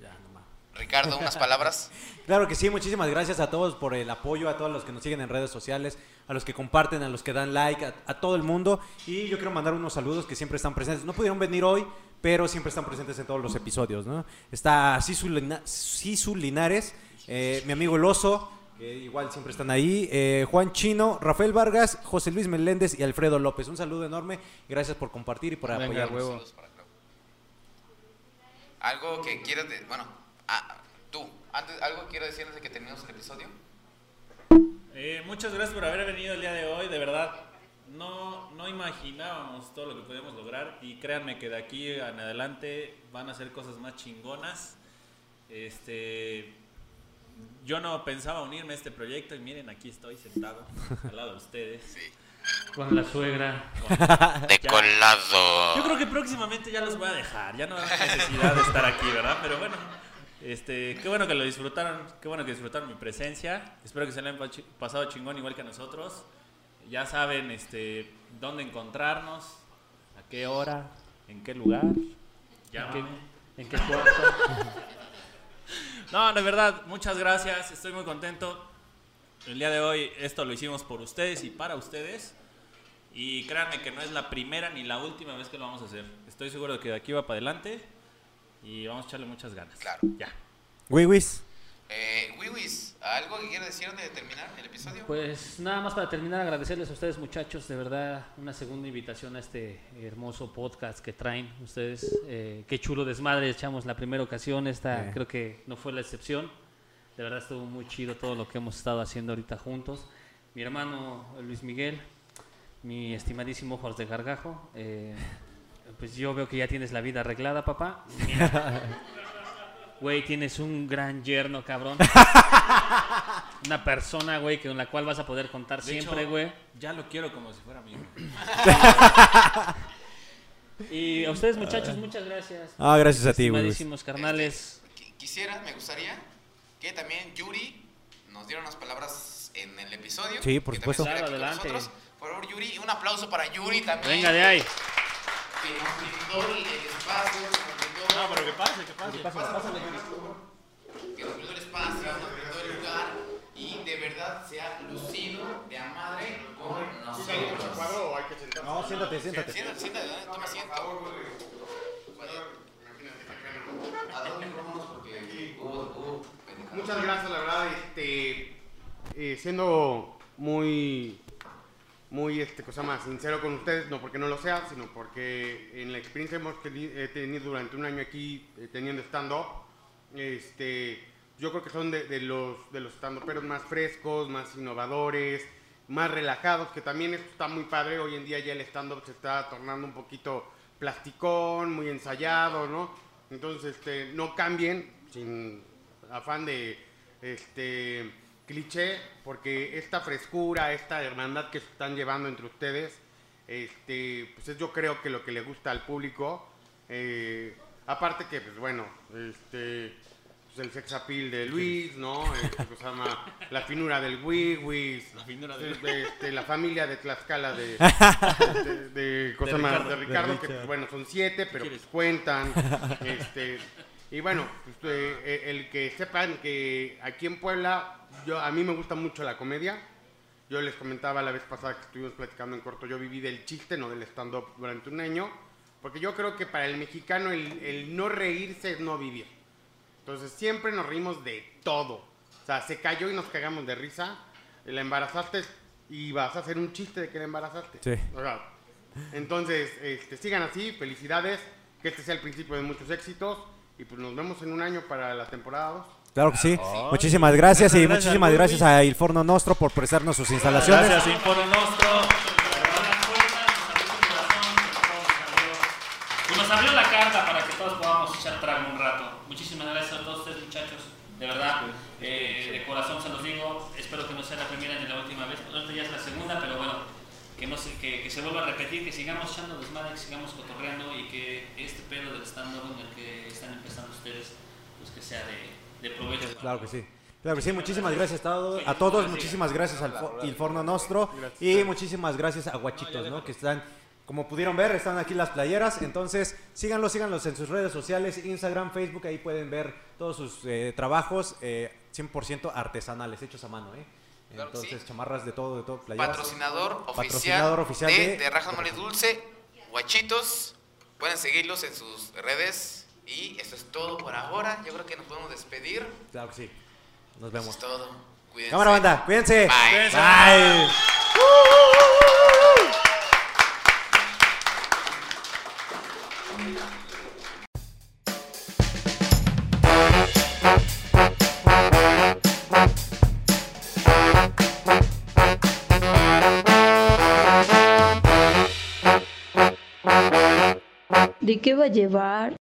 S6: Ya, no mames.
S2: Ricardo, unas palabras.
S6: Claro que sí, muchísimas gracias a todos por el apoyo, a todos los que nos siguen en redes sociales, a los que comparten, a los que dan like, a, a todo el mundo. Y yo quiero mandar unos saludos que siempre están presentes. No pudieron venir hoy, pero siempre están presentes en todos los episodios, ¿no? Está Sisu, Lina- Sisu Linares, eh, mi amigo El Oso, que igual siempre están ahí, eh, Juan Chino, Rafael Vargas, José Luis Meléndez y Alfredo López. Un saludo enorme, gracias por compartir y por
S5: Venga,
S6: apoyarnos.
S5: huevo.
S2: Saludos para Clau. Algo que quieras de- bueno, ah, tú, antes algo que quiero decir antes de que terminemos el episodio.
S4: Eh, muchas gracias por haber venido el día de hoy, de verdad. No, no imaginábamos todo lo que podíamos lograr y créanme que de aquí en adelante van a ser cosas más chingonas. Este, yo no pensaba unirme a este proyecto y miren, aquí estoy sentado al lado de ustedes.
S5: Con la suegra.
S2: De colado.
S4: Yo creo que próximamente ya los voy a dejar, ya no hay necesidad de estar aquí, ¿verdad? Pero bueno, este, qué bueno que lo disfrutaron, qué bueno que disfrutaron mi presencia. Espero que se lo hayan pachi- pasado chingón igual que a nosotros. Ya saben este, dónde encontrarnos, a qué hora, en qué lugar.
S5: ¿En
S4: Llámame.
S5: qué, en qué cuarto?
S4: No, de verdad, muchas gracias, estoy muy contento. El día de hoy esto lo hicimos por ustedes y para ustedes. Y créanme que no es la primera ni la última vez que lo vamos a hacer. Estoy seguro de que de aquí va para adelante y vamos a echarle muchas ganas.
S2: Claro.
S4: Ya.
S6: Wiwis.
S2: Eh, Wiwis, ¿algo que quieras decir antes de terminar el episodio?
S5: Pues nada más para terminar, agradecerles a ustedes, muchachos, de verdad, una segunda invitación a este hermoso podcast que traen ustedes. Eh, qué chulo desmadre echamos la primera ocasión, esta creo que no fue la excepción. De verdad estuvo muy chido todo lo que hemos estado haciendo ahorita juntos. Mi hermano Luis Miguel, mi estimadísimo Jorge de Gargajo, eh, pues yo veo que ya tienes la vida arreglada, papá. Güey, tienes un gran yerno, cabrón. Una persona, güey, con la cual vas a poder contar
S4: De hecho,
S5: siempre, güey.
S4: Ya lo quiero como si fuera mío.
S5: Y a ustedes, muchachos, muchas gracias.
S6: Ah, gracias a ti, güey.
S5: Estimadísimos carnales.
S2: Este, Qui- Quisiera, me gustaría que también Yuri nos diera unas palabras en el episodio.
S6: Sí, por
S2: que también
S6: supuesto.
S2: estuviera aquí
S5: Claro,
S2: con
S5: adelante.
S2: nosotros. Por favor, Yuri, un aplauso para Yuri también.
S5: Venga de ahí.
S2: Que nos brindó el espacio, nos brindó-
S10: No, pero que pase, que pase.
S2: que nos brindó el espacio, nos brindó el lugar y de verdad se ha lucido de a madre con nosotros.
S6: No, siéntate, siéntate.
S2: Siéntate, siéntate, ¿dónde toma asiento? ¿A dónde vamos? Porque hubo, hubo pendejadas.
S1: Muchas gracias, la verdad, este, eh, siendo muy, muy, este, cosa más, sincero con ustedes, no porque no lo sea, sino porque en la experiencia hemos teni- he tenido durante un año aquí eh, teniendo stand-up, este, yo creo que son de, de los, de los stand-uperos más frescos, más innovadores, más relajados, que también esto está muy padre, hoy en día ya el stand-up se está tornando un poquito plasticón, muy ensayado, ¿no? Entonces, este, no cambien sin afán de este cliché, porque esta frescura, esta hermandad que se están llevando entre ustedes, este, pues es yo creo que lo que le gusta al público. Eh, aparte que, pues bueno, este, pues el sex appeal de Luis, ¿no? Este, ¿cómo se llama? la finura del Wiwis, la este, la familia de Tlaxcala de, de, de- ¿cómo se llama? de Ricardo, que pues, bueno, son siete, pero pues, cuentan. Este, y bueno, pues, eh, eh, el que sepan que aquí en Puebla, yo, a mí me gusta mucho la comedia. Yo les comentaba la vez pasada que estuvimos platicando en corto, yo viví del chiste, no del stand-up, durante un año, porque yo creo que para el mexicano el, el no reírse es no vivir. Entonces siempre nos reímos de todo. O sea, se cayó y nos cagamos de risa. La embarazaste y vas a hacer un chiste de que la embarazaste.
S6: Sí.
S1: O sea, entonces, este, sigan así, felicidades, que este sea el principio de muchos éxitos y pues nos vemos en un año para la temporada 2.
S6: Claro que
S2: Ah,
S6: sí. Muchísimas gracias y
S10: Gracias al
S6: muchísimas
S10: Burby.
S6: gracias a El Forno Nostro por prestarnos sus instalaciones.
S10: Gracias, Informe Nostro.
S5: Y nos abrió la carta para que todos podamos echar trago un rato. Muchísimas gracias a todos ustedes, muchachos. De verdad, eh, de corazón se los digo. Espero que no sea la primera ni la última vez. Ahorita ya es la segunda, pero bueno, que, no se, que, que se vuelva a repetir, que sigamos echando desmadre, que sigamos cotorreando y que este pedo del stand-up en el que están empezando ustedes, pues que sea de, de provecho. para
S6: Claro que sí. Claro que sí, muchísimas gracias a todos, a todos, muchísimas gracias al fo- Il Forno Nostro y muchísimas gracias a Guachitos, ¿no? Que están, como pudieron ver, están aquí las playeras, entonces síganlos, síganlos en sus redes sociales, Instagram, Facebook, ahí pueden ver todos sus eh, trabajos eh, 100% artesanales, hechos a mano, ¿eh?
S2: Claro que sí.
S6: Entonces, chamarras de todo, de todo, playeras.
S2: Patrocinador oficial,
S6: Patrocinador oficial
S2: de,
S6: de-
S2: de Rajas Mole Dulce, Guachitos. Pueden seguirlos en sus redes. Y eso es todo por ahora. Yo creo que nos podemos despedir.
S6: Claro que sí. Nos
S2: Eso
S6: vemos.
S2: es todo. Cuídense.
S6: Cámara banda, cuídense.
S2: Este, Bye.
S6: Bye.
S7: ¿De qué va a llevar?